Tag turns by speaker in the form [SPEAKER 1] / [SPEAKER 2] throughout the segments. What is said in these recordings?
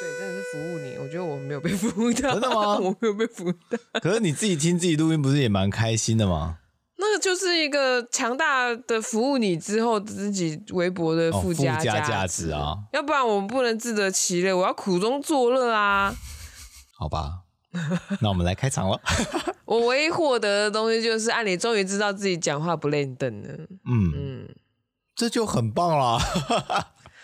[SPEAKER 1] 对，真的是服务你。我觉得我没有被 服务到，
[SPEAKER 2] 真的吗
[SPEAKER 1] 我没有被服务到，
[SPEAKER 2] 可是你自己听自己录音，不是也蛮开心的吗？
[SPEAKER 1] 那个就是一个强大的服务你之后自己微薄的
[SPEAKER 2] 哦，附
[SPEAKER 1] 加
[SPEAKER 2] 加
[SPEAKER 1] 价
[SPEAKER 2] 价值！啊，
[SPEAKER 1] 要不然我们不能自得其乐，我要苦中作乐啊！
[SPEAKER 2] 好吧，那我们来开场了。
[SPEAKER 1] 我唯一获得的东西就是，啊，你终于知道自己讲话不练凳了。
[SPEAKER 2] 嗯，
[SPEAKER 1] 嗯，
[SPEAKER 2] 这就很棒啦，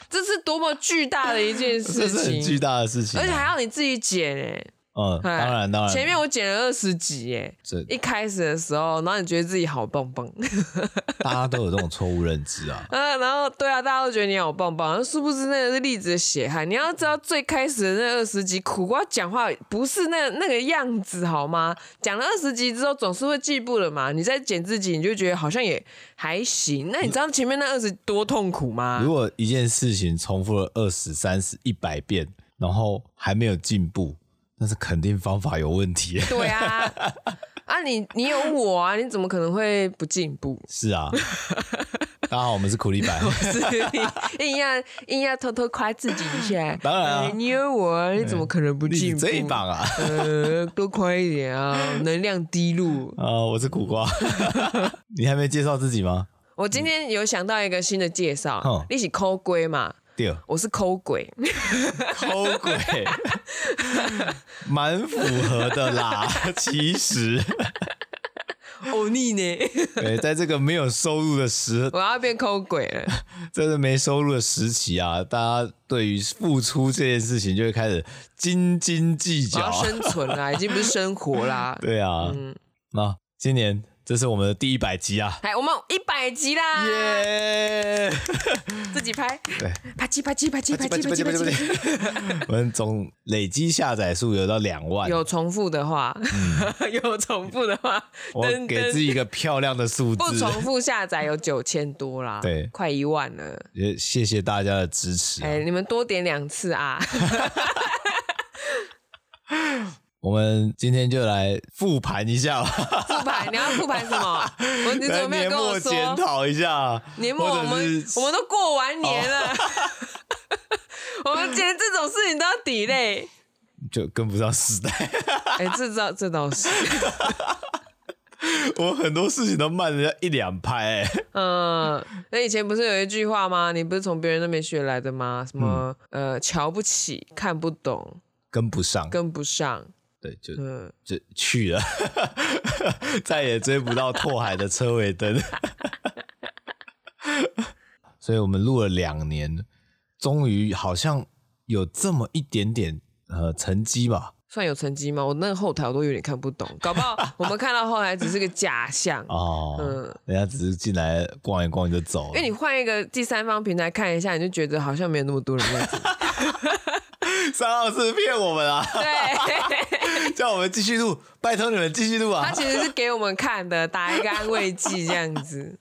[SPEAKER 1] 这是多么巨大的一
[SPEAKER 2] 这
[SPEAKER 1] 件事
[SPEAKER 2] 是很
[SPEAKER 1] 情，
[SPEAKER 2] 巨大的事情啊。
[SPEAKER 1] 而且还要你自己剪哎、
[SPEAKER 2] 嗯，当
[SPEAKER 1] 哎
[SPEAKER 2] 然当然，
[SPEAKER 1] 前面我剪了二十集哎、
[SPEAKER 2] 这
[SPEAKER 1] 一开始的时候，然后你觉得自己好棒棒，。
[SPEAKER 2] 大家都有这种错误认知啊
[SPEAKER 1] 啊，然后对啊，大家都觉得你好棒棒，殊不知那个是栗子的血汗。你要知道最开始的那二十集，苦瓜讲话不是那那个样子好吗？讲了二十集之后，总是会进步了嘛。你再剪自己，你就觉得好像也还行。那你知道前面那二十多痛苦吗
[SPEAKER 2] 如？果一件事情重复了二十三十一百遍，然后还没有进步，那是肯定方法有问题。
[SPEAKER 1] 对啊，啊你你有我啊，你怎么可能会不进步？
[SPEAKER 2] 是 啊，大家好，我们是苦力白。
[SPEAKER 1] 是 硬要硬要偷偷夸自己一下。
[SPEAKER 2] 当然啊
[SPEAKER 1] 呃你有我啊，你怎么可能不
[SPEAKER 2] 你
[SPEAKER 1] 进步？
[SPEAKER 2] 最棒啊！
[SPEAKER 1] 呃，多夸一点啊，能量低落。
[SPEAKER 2] 啊、我是苦瓜。 你还没介绍自己吗？
[SPEAKER 1] 我今天有想到一个新的介绍
[SPEAKER 2] 哦，
[SPEAKER 1] 一起抠龟嘛，
[SPEAKER 2] 对，
[SPEAKER 1] 我是抠鬼，
[SPEAKER 2] 抠鬼，蛮符合的 啦。其实，
[SPEAKER 1] 哦你呢？
[SPEAKER 2] 对，在这个没有收入的时，
[SPEAKER 1] 我要变抠鬼 了。
[SPEAKER 2] 在这没收入的时期啊，大家对于付出这件事情就会开始斤斤计
[SPEAKER 1] 我
[SPEAKER 2] 较
[SPEAKER 1] 要
[SPEAKER 2] 啊。
[SPEAKER 1] 生存啦，已经不是生活啦。
[SPEAKER 2] 对啊，那、今年这是我们的第一百集啊，
[SPEAKER 1] 哎来，我们一百集啦，
[SPEAKER 2] 耶！
[SPEAKER 1] 自己拍，
[SPEAKER 2] 对，
[SPEAKER 1] 啪叽啪叽啪叽啪叽啪叽啪叽啪叽，
[SPEAKER 2] 我们总累积下载数有到两万，
[SPEAKER 1] 有重复的话， 有重复的话，
[SPEAKER 2] 嗯 我
[SPEAKER 1] 噔
[SPEAKER 2] 给自
[SPEAKER 1] 噔。
[SPEAKER 2] 己一个漂亮的数
[SPEAKER 1] 不
[SPEAKER 2] 字
[SPEAKER 1] 重，复下载有九千多啦，
[SPEAKER 2] 对
[SPEAKER 1] 快一万了。
[SPEAKER 2] 也谢谢大家的支持啊、
[SPEAKER 1] 哎、你们多点两次啊！
[SPEAKER 2] 我们今天就来复盘一下吧，
[SPEAKER 1] 复盘，你要复盘什么？我你怎么没
[SPEAKER 2] 年
[SPEAKER 1] 有跟我
[SPEAKER 2] 末
[SPEAKER 1] 说？
[SPEAKER 2] 检讨一下，
[SPEAKER 1] 年末我
[SPEAKER 2] 或者
[SPEAKER 1] 们
[SPEAKER 2] 是哦
[SPEAKER 1] 我们都过完 年了，我们连这种事情都要抵赖。
[SPEAKER 2] 就跟不上时代，
[SPEAKER 1] 哎、这倒这倒是，
[SPEAKER 2] 我很多事情都慢人家一两拍、哎
[SPEAKER 1] 嗯，那以前不是有一句话吗？你不是从别人那边学来的吗？什么、
[SPEAKER 2] 嗯
[SPEAKER 1] 呃，瞧不起、看不懂、
[SPEAKER 2] 跟不上，
[SPEAKER 1] 跟不上，
[SPEAKER 2] 对，就
[SPEAKER 1] 嗯，
[SPEAKER 2] 就去了， 再也追不到拓海的车尾灯。 所以我们录了两年，终于好像有这么一点点呃成绩吧。
[SPEAKER 1] 算有成绩吗？我那个后台我都有点看不懂，搞不好我们看到后台只是个假象。
[SPEAKER 2] 哦，
[SPEAKER 1] 嗯
[SPEAKER 2] 人家只是进来逛一逛就走
[SPEAKER 1] 因为
[SPEAKER 2] 了，
[SPEAKER 1] 你换一个第三方平台看一下，你就觉得好像没有那么多人 在听。
[SPEAKER 2] 三老师骗我们啊，
[SPEAKER 1] 对，
[SPEAKER 2] 叫我们继续录，拜托你们继续录
[SPEAKER 1] 他
[SPEAKER 2] 啊。
[SPEAKER 1] 其实是给我们看的，打一个安慰剂这样 子。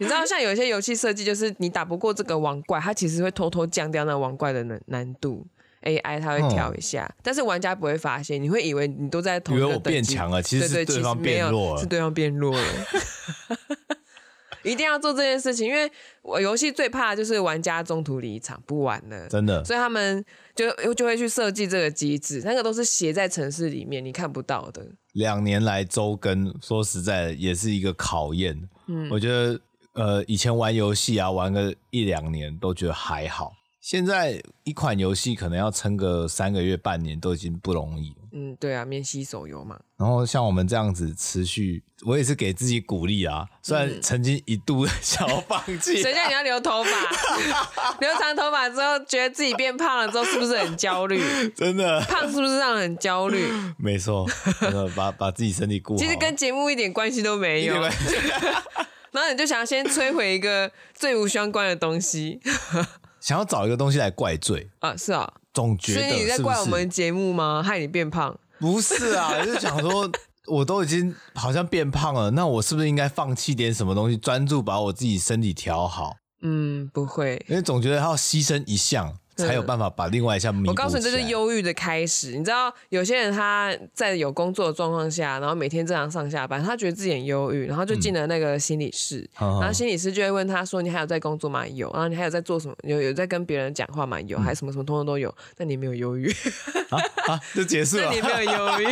[SPEAKER 1] 你知道，像有一些游戏设计，就是你打不过这个王怪，它其实会偷偷降掉那王怪的难难度，AI 它会调一下，但是玩家不会发现，你会以为你都在同
[SPEAKER 2] 哦以
[SPEAKER 1] 一
[SPEAKER 2] 为
[SPEAKER 1] 个
[SPEAKER 2] 我
[SPEAKER 1] 等级
[SPEAKER 2] 变强了，其实
[SPEAKER 1] 对
[SPEAKER 2] 是
[SPEAKER 1] 对，
[SPEAKER 2] 对
[SPEAKER 1] 其实
[SPEAKER 2] 方
[SPEAKER 1] 没
[SPEAKER 2] 变
[SPEAKER 1] 有
[SPEAKER 2] 弱
[SPEAKER 1] 是
[SPEAKER 2] 了。
[SPEAKER 1] 对方变 弱了。一定要做这件事情，因为我游戏最怕的就是玩家中途离场不玩了，
[SPEAKER 2] 真的，
[SPEAKER 1] 所以他们就就会去设计这个机制，那个都是写在城市里面你看不到的。
[SPEAKER 2] 两年来周更，说实在的，也是一个考验。嗯，我觉得呃，以前玩游戏啊，玩个一两年都觉得还好，现在一款游戏可能要撑个三个月、半年都已经不容易了。
[SPEAKER 1] 嗯，对啊，免洗手 游嘛，
[SPEAKER 2] 然后像我们这样子持续，我也是给自己鼓励啊。虽然曾经一度 想要放弃，
[SPEAKER 1] 嗯谁叫你要留 头发？留长头发之后，觉得自己变胖了之后，是不是很焦虑？
[SPEAKER 2] 真的
[SPEAKER 1] 胖是不是让人很焦虑？
[SPEAKER 2] 没 错，真的把把自己身体顾好。
[SPEAKER 1] 其实跟节目一点关系都没
[SPEAKER 2] 一
[SPEAKER 1] 有
[SPEAKER 2] 点。关系
[SPEAKER 1] 然后你就想要先摧毁一个最无相关的东西
[SPEAKER 2] 想要找一个东西来怪罪，
[SPEAKER 1] 啊！是啊，
[SPEAKER 2] 总觉
[SPEAKER 1] 所
[SPEAKER 2] 得
[SPEAKER 1] 以你在
[SPEAKER 2] 是不
[SPEAKER 1] 怪我
[SPEAKER 2] 是
[SPEAKER 1] 们节目吗？害你变胖？
[SPEAKER 2] 不是 啊，就是想说，我都已经好像变胖了，那我是不是应该放弃点什么东西，专注把我自己身体调好？
[SPEAKER 1] 嗯，不会。
[SPEAKER 2] 因为总觉得要牺牲一项，才有办法把另外一项弥补
[SPEAKER 1] 嗯我告诉你，
[SPEAKER 2] 起
[SPEAKER 1] 这就是
[SPEAKER 2] 来
[SPEAKER 1] 忧郁的开始。你知道，有些人他在有工作的状况下，然后每天正常上下班，他觉得自己很忧郁，然后就进了那个心理室，
[SPEAKER 2] 嗯哼
[SPEAKER 1] 然后心理师就会问他说：“你还有在工作吗？有。然后你还有在做什么？有有在跟别人讲话吗？
[SPEAKER 2] 嗯
[SPEAKER 1] 有。还什么什么，通通都有。但你没有 忧郁，
[SPEAKER 2] 啊，就结束
[SPEAKER 1] 但
[SPEAKER 2] 了
[SPEAKER 1] 你。没有忧郁，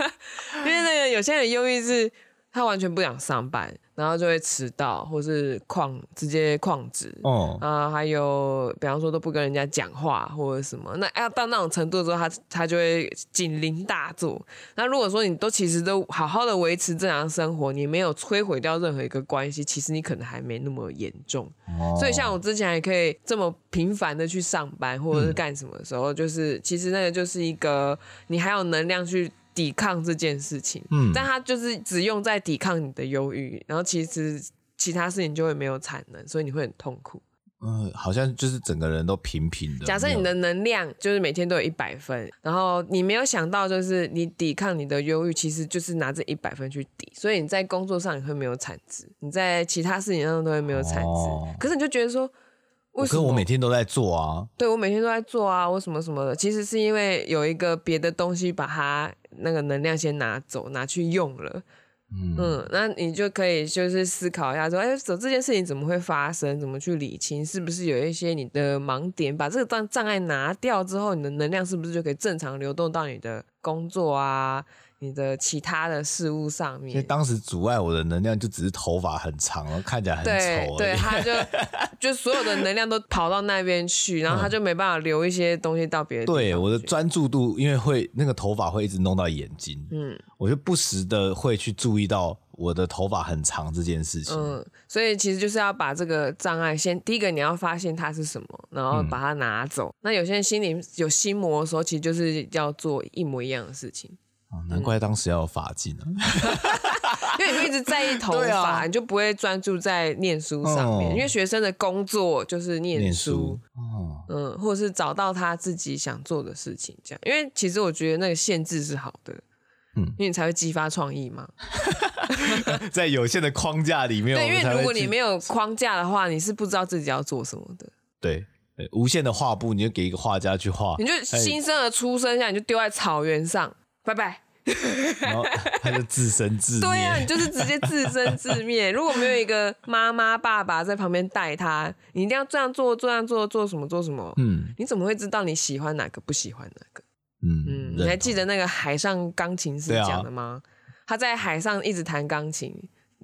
[SPEAKER 1] 因为那个有些人忧郁是他完全不想上班，然后就会迟到，或是旷直接旷职。
[SPEAKER 2] 哦，
[SPEAKER 1] 啊、还有比方说都不跟人家讲话或者什么，那要到那种程度之后，他他就会警铃大作。那如果说你都其实都好好的维持正常生活，你没有摧毁掉任何一个关系，其实你可能还没那么严重。
[SPEAKER 2] 哦
[SPEAKER 1] 所以像我之前也可以这么频繁的去上班或
[SPEAKER 2] 嗯
[SPEAKER 1] 者是干什么的时候，就是其实那个就是一个你还有能量去。抵抗这件事情，
[SPEAKER 2] 嗯
[SPEAKER 1] 但它就是只用在抵抗你的忧郁，然后其实其他事情就会没有产能，所以你会很痛苦。
[SPEAKER 2] 嗯，好像就是整个人都平平的。
[SPEAKER 1] 假设你
[SPEAKER 2] 没有
[SPEAKER 1] 的能量就是每天都有一百分，然后你没有想到，就是你抵抗你的忧郁，其实就是拿这一百分去抵，所以你在工作上你会没有产值，你在其他事情上都会没有产值。
[SPEAKER 2] 哦
[SPEAKER 1] 可是你就觉得说，为
[SPEAKER 2] 我
[SPEAKER 1] 什
[SPEAKER 2] 跟
[SPEAKER 1] 么嗯
[SPEAKER 2] 我每天都在做啊，
[SPEAKER 1] 对我每天都在做啊，我什么什么的，其实是因为有一个别的东西把它那个能量先拿走，拿去用了。嗯，那你就可以就是思考一下，说，哎、这这件事情怎么会发生？怎么去理清？是不是有一些你的盲点？把这个障障碍拿掉之后，你的能量是不是就可以正常流动到你的工作啊、你的其他的事物上
[SPEAKER 2] 因为
[SPEAKER 1] 面？
[SPEAKER 2] 当时阻碍我的能量就只是头发很长，然后看起来很
[SPEAKER 1] 对
[SPEAKER 2] 丑而
[SPEAKER 1] 对，
[SPEAKER 2] 已。
[SPEAKER 1] 他就就所有的能量都跑到那边去，然后他就没办法留一些东西到别的地方
[SPEAKER 2] 嗯
[SPEAKER 1] 去。
[SPEAKER 2] 对我的专注度，因为会那个头发会一直弄到眼睛，嗯，我就不时的会去注意到我的头发很长这件事情。
[SPEAKER 1] 嗯，所以其实就是要把这个障碍先，第一个你要发现它是什么，然后把它拿走。那有些人心里有心魔的时候，其实就是要做一模一样的事情，
[SPEAKER 2] 哦难怪当时要有发髻啊呢。
[SPEAKER 1] 嗯因为你会一直在意头
[SPEAKER 2] 对
[SPEAKER 1] 发，
[SPEAKER 2] 啊
[SPEAKER 1] 你就不会专注在念书上面。
[SPEAKER 2] 哦
[SPEAKER 1] 因为学生的工作就是念书，
[SPEAKER 2] 念书哦，
[SPEAKER 1] 嗯，或者是找到他自己想做的事情，这样。因为其实我觉得那个限制是好的，
[SPEAKER 2] 嗯
[SPEAKER 1] 因为你才会激发创意嘛。
[SPEAKER 2] 在有限的框架里面，
[SPEAKER 1] 对，
[SPEAKER 2] 我
[SPEAKER 1] 因
[SPEAKER 2] 们
[SPEAKER 1] 为
[SPEAKER 2] 才会
[SPEAKER 1] 如果
[SPEAKER 2] 去
[SPEAKER 1] 你没有框架的话，你是不知道自己要做什么的。
[SPEAKER 2] 对对无限的画布，你就给一个画家去 画，
[SPEAKER 1] 你就
[SPEAKER 2] 他也
[SPEAKER 1] 新生儿出生下，你就丢在草原上，拜拜。
[SPEAKER 2] 然后他就自生自灭。
[SPEAKER 1] 对啊，你就是直接自生自灭。如果没有一个妈妈、爸爸在旁边带他，你一定要这样做、这样做、做什么、做什么。
[SPEAKER 2] 嗯
[SPEAKER 1] 你怎么会知道你喜欢哪个、不喜欢哪个？
[SPEAKER 2] 嗯
[SPEAKER 1] 嗯，
[SPEAKER 2] 认
[SPEAKER 1] 你还
[SPEAKER 2] 同
[SPEAKER 1] 记得那个海上钢琴师
[SPEAKER 2] 对啊
[SPEAKER 1] 讲的吗？他在海上一直弹钢琴，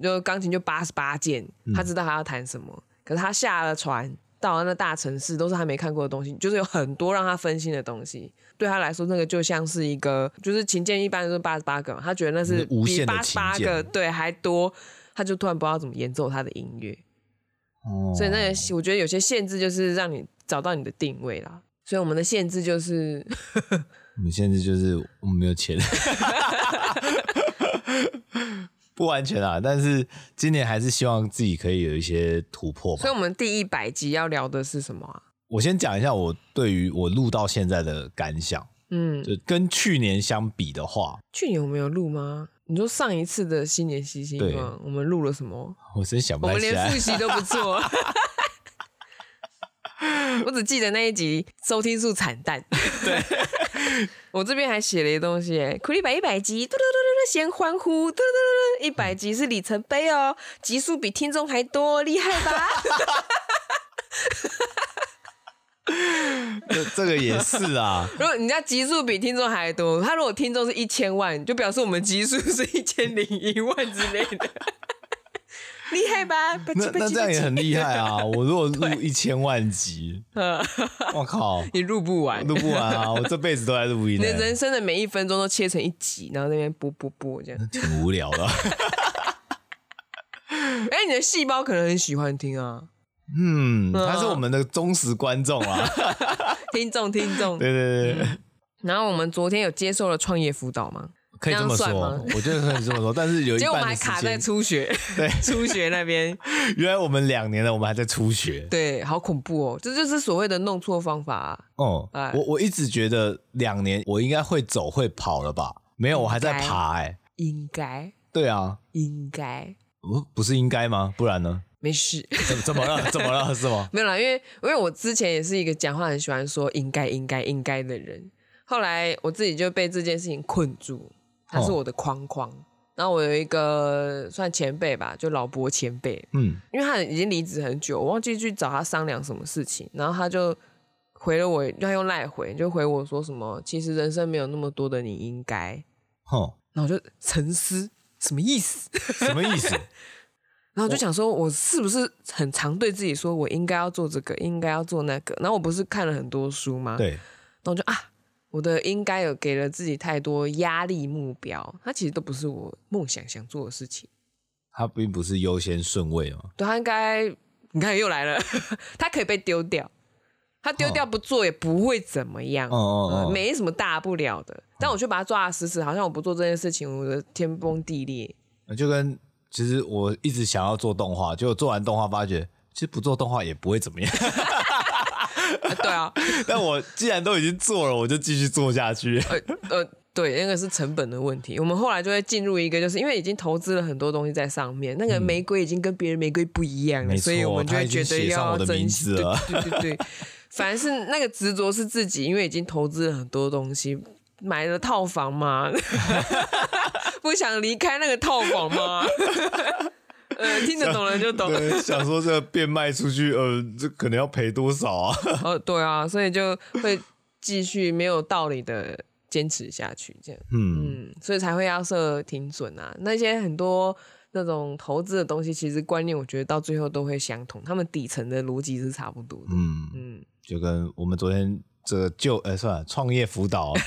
[SPEAKER 1] 就钢琴就八十八键，他
[SPEAKER 2] 嗯
[SPEAKER 1] 知道他要弹什么。可是他下了船，到了那大城市，都是他没看过的东西，就是有很多让他分心的东西。对他来说，那个就像是一个，就是琴键一般都是八十八个嘛，他觉得那是
[SPEAKER 2] 是无
[SPEAKER 1] 比
[SPEAKER 2] 限的
[SPEAKER 1] 八十八
[SPEAKER 2] 琴键
[SPEAKER 1] 个对还多，他就突然不知道怎么演奏他的音乐。
[SPEAKER 2] 哦
[SPEAKER 1] 所以那个我觉得有些限制就是让你找到你的定位啦。所以我们的限制就是
[SPEAKER 2] 我们现在就是我们没有钱， 不完全啊，但是今年还是希望自己可以有一些突破
[SPEAKER 1] 所以，
[SPEAKER 2] 吧。
[SPEAKER 1] 我们第一百集要聊的是什么啊？
[SPEAKER 2] 我先讲一下我对于我录到现在的感想，
[SPEAKER 1] 嗯，
[SPEAKER 2] 就跟去年相比的话，
[SPEAKER 1] 去年我们有录吗？你说上一次的新年新希
[SPEAKER 2] 对
[SPEAKER 1] 望，我们录了什么？
[SPEAKER 2] 我真想不
[SPEAKER 1] 我
[SPEAKER 2] 太
[SPEAKER 1] 们
[SPEAKER 2] 起
[SPEAKER 1] 连
[SPEAKER 2] 来
[SPEAKER 1] 复。习都不 做。我只记得那一集收听数惨淡。对， 我这边还写了一个东西耶，苦力百一百集，嘟嘟嘟嘟嘟，先欢呼，嘟嘟嘟嘟，一百集是里程碑哦，集数比听众还多，厉害吧？
[SPEAKER 2] 这这个也是 啊，
[SPEAKER 1] 如果人家集数比听众还多，他如果听众是一千万，就表示我们集数是一千零一万之类 的，厉害吧？吧
[SPEAKER 2] 那
[SPEAKER 1] 唧吧
[SPEAKER 2] 那
[SPEAKER 1] 唧
[SPEAKER 2] 这样也
[SPEAKER 1] 吧唧
[SPEAKER 2] 很厉害啊！我如果 录一千万集， 我靠，
[SPEAKER 1] 嗯你录不完，
[SPEAKER 2] 录不完啊！我这辈子都在录音
[SPEAKER 1] 你
[SPEAKER 2] 呢，
[SPEAKER 1] 的人生的每一分钟都切成一集，然后那边播播播这样。
[SPEAKER 2] 挺无聊的。
[SPEAKER 1] 哎、你的细胞可能很喜欢听啊，
[SPEAKER 2] 嗯，他是我们的忠实观众啊。
[SPEAKER 1] 听众听众。
[SPEAKER 2] 对对对，
[SPEAKER 1] 然后我们昨天有接受了创业辅导吗？
[SPEAKER 2] 可以这么
[SPEAKER 1] 这样算吗
[SPEAKER 2] 说，我觉得可以这么说。但是有一
[SPEAKER 1] 结果我
[SPEAKER 2] 半
[SPEAKER 1] 们还
[SPEAKER 2] 的时
[SPEAKER 1] 卡在
[SPEAKER 2] 间，
[SPEAKER 1] 初学，
[SPEAKER 2] 对
[SPEAKER 1] 初学那边，
[SPEAKER 2] 原来我们两年了，我们还在初学。
[SPEAKER 1] 对，好恐怖哦！这就是所谓的弄错方法、啊。
[SPEAKER 2] 哦，
[SPEAKER 1] 哎
[SPEAKER 2] 我我一直觉得两年我应该会走会跑了吧？没有，我还在
[SPEAKER 1] 应该
[SPEAKER 2] 爬哎。
[SPEAKER 1] 应该
[SPEAKER 2] 对啊，
[SPEAKER 1] 应该，
[SPEAKER 2] 不不是应该吗？不然呢？
[SPEAKER 1] 没事，
[SPEAKER 2] 怎怎么了？怎么了？是吗？
[SPEAKER 1] 没有啦，因为因为我之前也是一个讲话很喜欢说应该应该应该的人，后来我自己就被这件事情困住，它是
[SPEAKER 2] 哦
[SPEAKER 1] 我的框框。然后我有一个算前辈吧，就老伯前辈，
[SPEAKER 2] 嗯，
[SPEAKER 1] 因为他已经离职很久，我忘记去找他商量什么事情，然后他就回了我，他用赖回，就回我说什么，其实人生没有那么多的你应该，
[SPEAKER 2] 哼，
[SPEAKER 1] 然后我就沉思什么意思，
[SPEAKER 2] 哦什么意思？
[SPEAKER 1] 然后我就想说，我是不是很常对自己说我应该要做这个，应该要做那个？然后我不是看了很多书吗？，
[SPEAKER 2] 对，
[SPEAKER 1] 然后我就啊，我的应该有给了自己太多压力目标，它其实都不是我梦想想做的事情。
[SPEAKER 2] 它并不是优先顺位嘛。
[SPEAKER 1] 对他应该，你看又来了， 他可以被丢掉，他丢掉不做也不会怎么样，
[SPEAKER 2] 哦哦
[SPEAKER 1] 呃
[SPEAKER 2] 哦，
[SPEAKER 1] 没什么大不了的。但我却把他抓得死死，好像我不做这件事情，我的天崩地裂。
[SPEAKER 2] 就跟其实我一直想要做动画，结果做完动画发觉，其实不做动画也不会怎么样。
[SPEAKER 1] 啊对啊，
[SPEAKER 2] 但我既然都已经做了，我就继续做下去。
[SPEAKER 1] 呃 呃，对，那个是成本的问题。我们后来就会进入一个，就是因为已经投资了很多东西在上面，那个玫瑰已经跟别人玫瑰不一样
[SPEAKER 2] 嗯
[SPEAKER 1] 了，
[SPEAKER 2] 没错
[SPEAKER 1] 所以我们就
[SPEAKER 2] 它
[SPEAKER 1] 会
[SPEAKER 2] 已
[SPEAKER 1] 觉
[SPEAKER 2] 经
[SPEAKER 1] 得
[SPEAKER 2] 写上
[SPEAKER 1] 要
[SPEAKER 2] 我的
[SPEAKER 1] 珍
[SPEAKER 2] 名
[SPEAKER 1] 惜。
[SPEAKER 2] 字了
[SPEAKER 1] 对 对对对，反而是那个执着是自己，因为已经投资了很多东西，买了套房嘛， 不想离开那个套房嘛。 呃，听得懂人就懂。
[SPEAKER 2] 对，想说这变卖出去，呃，这可能要赔多少啊？
[SPEAKER 1] 哦，对啊，所以就会继续没有道理的坚持下去，这样。
[SPEAKER 2] 嗯，
[SPEAKER 1] 嗯，所以才会要设停损啊。那些很多那种投资的东西，其实观念我觉得到最后都会相同，他们底层的逻辑是差不多的。
[SPEAKER 2] 嗯，
[SPEAKER 1] 嗯，
[SPEAKER 2] 就跟我们昨天这个就呃，算了，创业辅 导。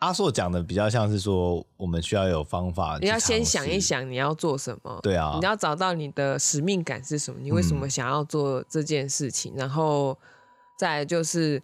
[SPEAKER 2] 阿硕讲的比较像是说，我们需要有方法，
[SPEAKER 1] 你要先想一。想你要做什么，
[SPEAKER 2] 对啊嗯
[SPEAKER 1] 你，要找到你的使命感是什么，你为什么想要做这件事情，然后再来就是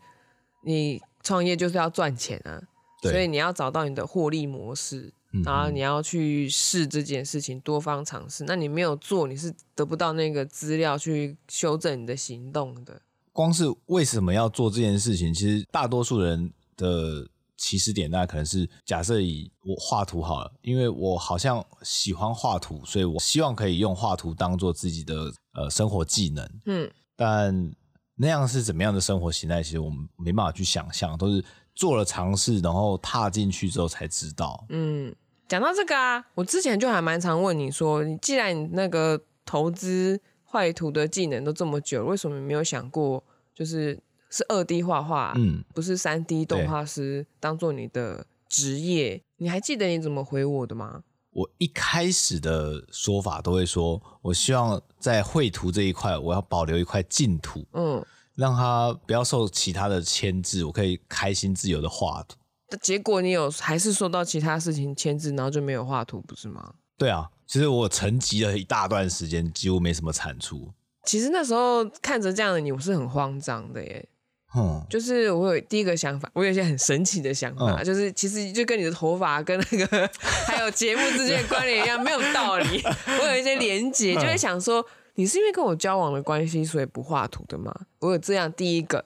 [SPEAKER 1] 你创业就是要赚钱啊，
[SPEAKER 2] 对
[SPEAKER 1] 所以你要找到你的获利模式，
[SPEAKER 2] 嗯
[SPEAKER 1] 然后你要去试这件事情，多方尝试。那你没有做，你是得不到那个资料去修正你的行动的。
[SPEAKER 2] 光是为什么要做这件事情，其实大多数人的起始点，那可能是假设以我画图好了，因为我好像喜欢画图，所以我希望可以用画图当做自己的呃生活技能。
[SPEAKER 1] 嗯，
[SPEAKER 2] 但那样是怎么样的生活形态，其实我们没办法去想象，都是做了尝试，然后踏进去之后才知道。
[SPEAKER 1] 嗯，讲到这个啊，我之前就还蛮常问你说，你既然你那个投资绘图的技能都这么久，为什么没有想过就是是二 D 画画，
[SPEAKER 2] 嗯，
[SPEAKER 1] 不是三 D
[SPEAKER 2] 对
[SPEAKER 1] 动画师当做你的职业？你还记得你怎么回我的吗？
[SPEAKER 2] 我一开始的说法都会说，我希望在绘图这一块，我要保留一块净土，
[SPEAKER 1] 嗯，
[SPEAKER 2] 让它不要受其他的牵制，我可以开心自由的画图。
[SPEAKER 1] 但结果你有还是受到其他事情牵制，然后就没有画图，不是吗？
[SPEAKER 2] 对啊，其实我沉寂了一大段时间，几乎没什么产出。
[SPEAKER 1] 其实那时候看着这样的你，我是很慌张的耶。
[SPEAKER 2] 哼，
[SPEAKER 1] 就是我有第一个想法，我有一些很神奇的想法，
[SPEAKER 2] 嗯
[SPEAKER 1] 就是其实就跟你的头发跟那个还有节目之间的关联一样，没有道理。我有一些连结，就会想说，你是因为跟我交往的关系，所以不画图的吗？我有这样第一个，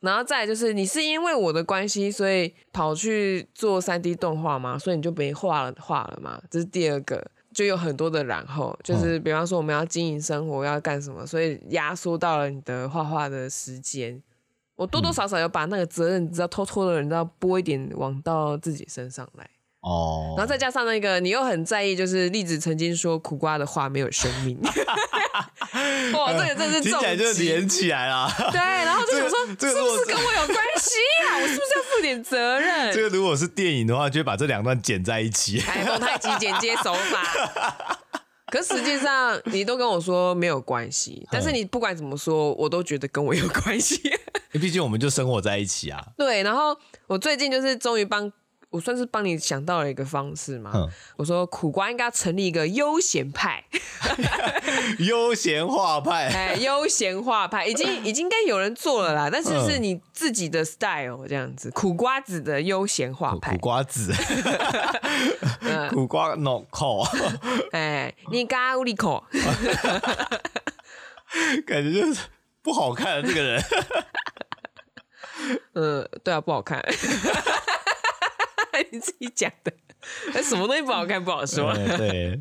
[SPEAKER 1] 然后再来就是你是因为我的关系，所以跑去做三 D 动画吗？所以你就没画了画了嘛？这是第二个。就有很多的然后，就是比方说我们要经营生活，要干什么，所以压缩到了你的画画的时间。我多
[SPEAKER 2] 嗯
[SPEAKER 1] 多少少有把那个责任，你知道，偷偷的，你知道，拨一点往到自己身上来。
[SPEAKER 2] 哦，
[SPEAKER 1] 然后再加上那个，你又很在意，就是栗子曾经说苦瓜的话没有生命。 哇，这个真是
[SPEAKER 2] 呃听
[SPEAKER 1] 重
[SPEAKER 2] 起来就
[SPEAKER 1] 击
[SPEAKER 2] 连起来啊啦。
[SPEAKER 1] 对，然后就想说，
[SPEAKER 2] 这个这个
[SPEAKER 1] 是
[SPEAKER 2] 是
[SPEAKER 1] 不
[SPEAKER 2] 我
[SPEAKER 1] 是跟我有关系 啊？我是不是要负点责任？
[SPEAKER 2] 这个如果是电影的话，就会把这两段剪在一起。
[SPEAKER 1] 台风太极简接手法。 可实际上，你都跟我说没有关系，但是你不管怎么说，我都觉得跟我有关系。
[SPEAKER 2] 毕竟我们就生活在一起啊。
[SPEAKER 1] 对，然后我最近就是终于帮我算是帮你想到了一个方式嘛。
[SPEAKER 2] 嗯
[SPEAKER 1] 我说苦瓜应该要成立一个悠闲派，
[SPEAKER 2] 悠闲画派，
[SPEAKER 1] 哎，悠闲画派已经已经应该有人做了啦，但是是
[SPEAKER 2] 嗯
[SPEAKER 1] 你自己的 style 这样子，苦瓜子的悠闲画
[SPEAKER 2] 苦
[SPEAKER 1] 派。
[SPEAKER 2] 瓜 子，苦瓜 no call，
[SPEAKER 1] 哎，你嘎乌里口，
[SPEAKER 2] 感觉就是不好看的啊这个人。
[SPEAKER 1] 嗯，对啊，不好看，
[SPEAKER 2] 嗯
[SPEAKER 1] 你自己讲的，哎什么东西不好看不好说。
[SPEAKER 2] 对，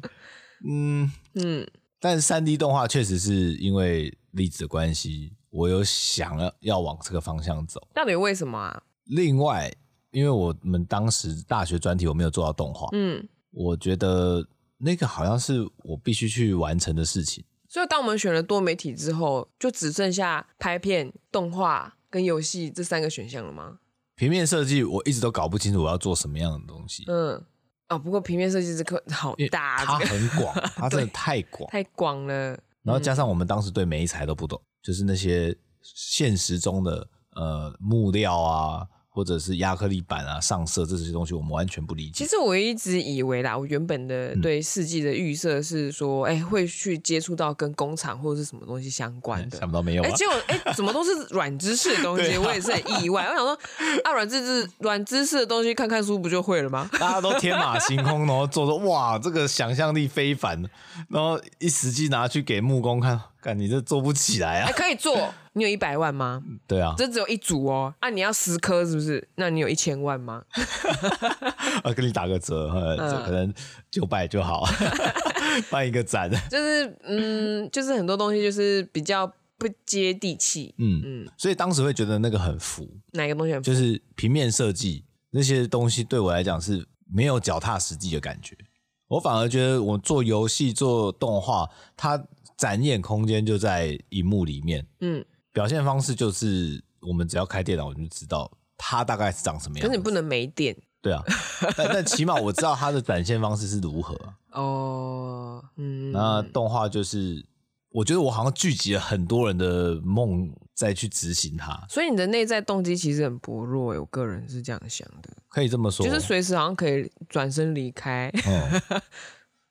[SPEAKER 2] 嗯，
[SPEAKER 1] 嗯，
[SPEAKER 2] 但三 D 动画确实是因为粒子的关系，我有想要要往这个方向走。
[SPEAKER 1] 到底为什么啊？
[SPEAKER 2] 另外，因为我们当时大学专题我没有做到动画，
[SPEAKER 1] 嗯，
[SPEAKER 2] 我觉得那个好像是我必须去完成的事情。
[SPEAKER 1] 所以当我们选了多媒体之后，就只剩下拍片、动画跟游戏这三个选项了吗？
[SPEAKER 2] 平面设计我一直都搞不清楚我要做什么样的东西，
[SPEAKER 1] 嗯，啊、不过平面设计这课好
[SPEAKER 2] 因为
[SPEAKER 1] 大，啊
[SPEAKER 2] 它
[SPEAKER 1] 这个
[SPEAKER 2] 很 广，它真的太广。
[SPEAKER 1] 太广了。
[SPEAKER 2] 然后加上我们当时对每一材都不懂，就是那些现实中的呃木料啊，或者是亚克力板啊、上色这些东西，我们完全不理
[SPEAKER 1] 其
[SPEAKER 2] 解。
[SPEAKER 1] 实我一直以为啦，我原本的
[SPEAKER 2] 嗯
[SPEAKER 1] 对世纪的预设是说，哎、会去接触到跟工厂或者是什么东西相关的
[SPEAKER 2] 想。不到没有
[SPEAKER 1] 哎、
[SPEAKER 2] 啊！
[SPEAKER 1] 结果哎、怎么都是软知识的东
[SPEAKER 2] 对
[SPEAKER 1] 西，
[SPEAKER 2] 啊
[SPEAKER 1] 我也是很意外。我想说，啊，软知识、软知识的东西，看看书不就会了吗？
[SPEAKER 2] 大家都天马行空，然后做说哇，这个想象力非凡，然后一实际拿去给木工看，看你这做不起来
[SPEAKER 1] 哎、
[SPEAKER 2] 啊！
[SPEAKER 1] 可以做。你有一百万吗？
[SPEAKER 2] 对啊，
[SPEAKER 1] 这只有一组哦。啊，你要十颗是不是？那你有一千万吗？
[SPEAKER 2] 啊，跟你打个折，呃，
[SPEAKER 1] 嗯
[SPEAKER 2] 这可能九百就 好，办一个展，
[SPEAKER 1] 就是嗯，就是很多东西就是比较不接地气。
[SPEAKER 2] 嗯嗯，所以当时会觉得那个很浮，
[SPEAKER 1] 哪一个东西很？
[SPEAKER 2] 就是平面设计那些东西对我来讲是没有脚踏实地的感觉，我反而觉得我做游戏、做动画，它展演空间就在荧幕里面，
[SPEAKER 1] 嗯，
[SPEAKER 2] 表现方式就是我们只要开电脑，我们就知道它大概是长什么
[SPEAKER 1] 可
[SPEAKER 2] 样
[SPEAKER 1] 是
[SPEAKER 2] 子。
[SPEAKER 1] 你不能没电
[SPEAKER 2] 对啊，但但起码我知道它的展现方式是如何
[SPEAKER 1] 嗯
[SPEAKER 2] 啊、
[SPEAKER 1] 哦。嗯，
[SPEAKER 2] 那动画就是，我觉得我好像聚集了很多人的梦再去执行它，
[SPEAKER 1] 所以你的内在动机其实很薄弱、欸，我个人是这样想的，
[SPEAKER 2] 可以这么说。
[SPEAKER 1] 就是随时好像可以转身离开。
[SPEAKER 2] 嗯，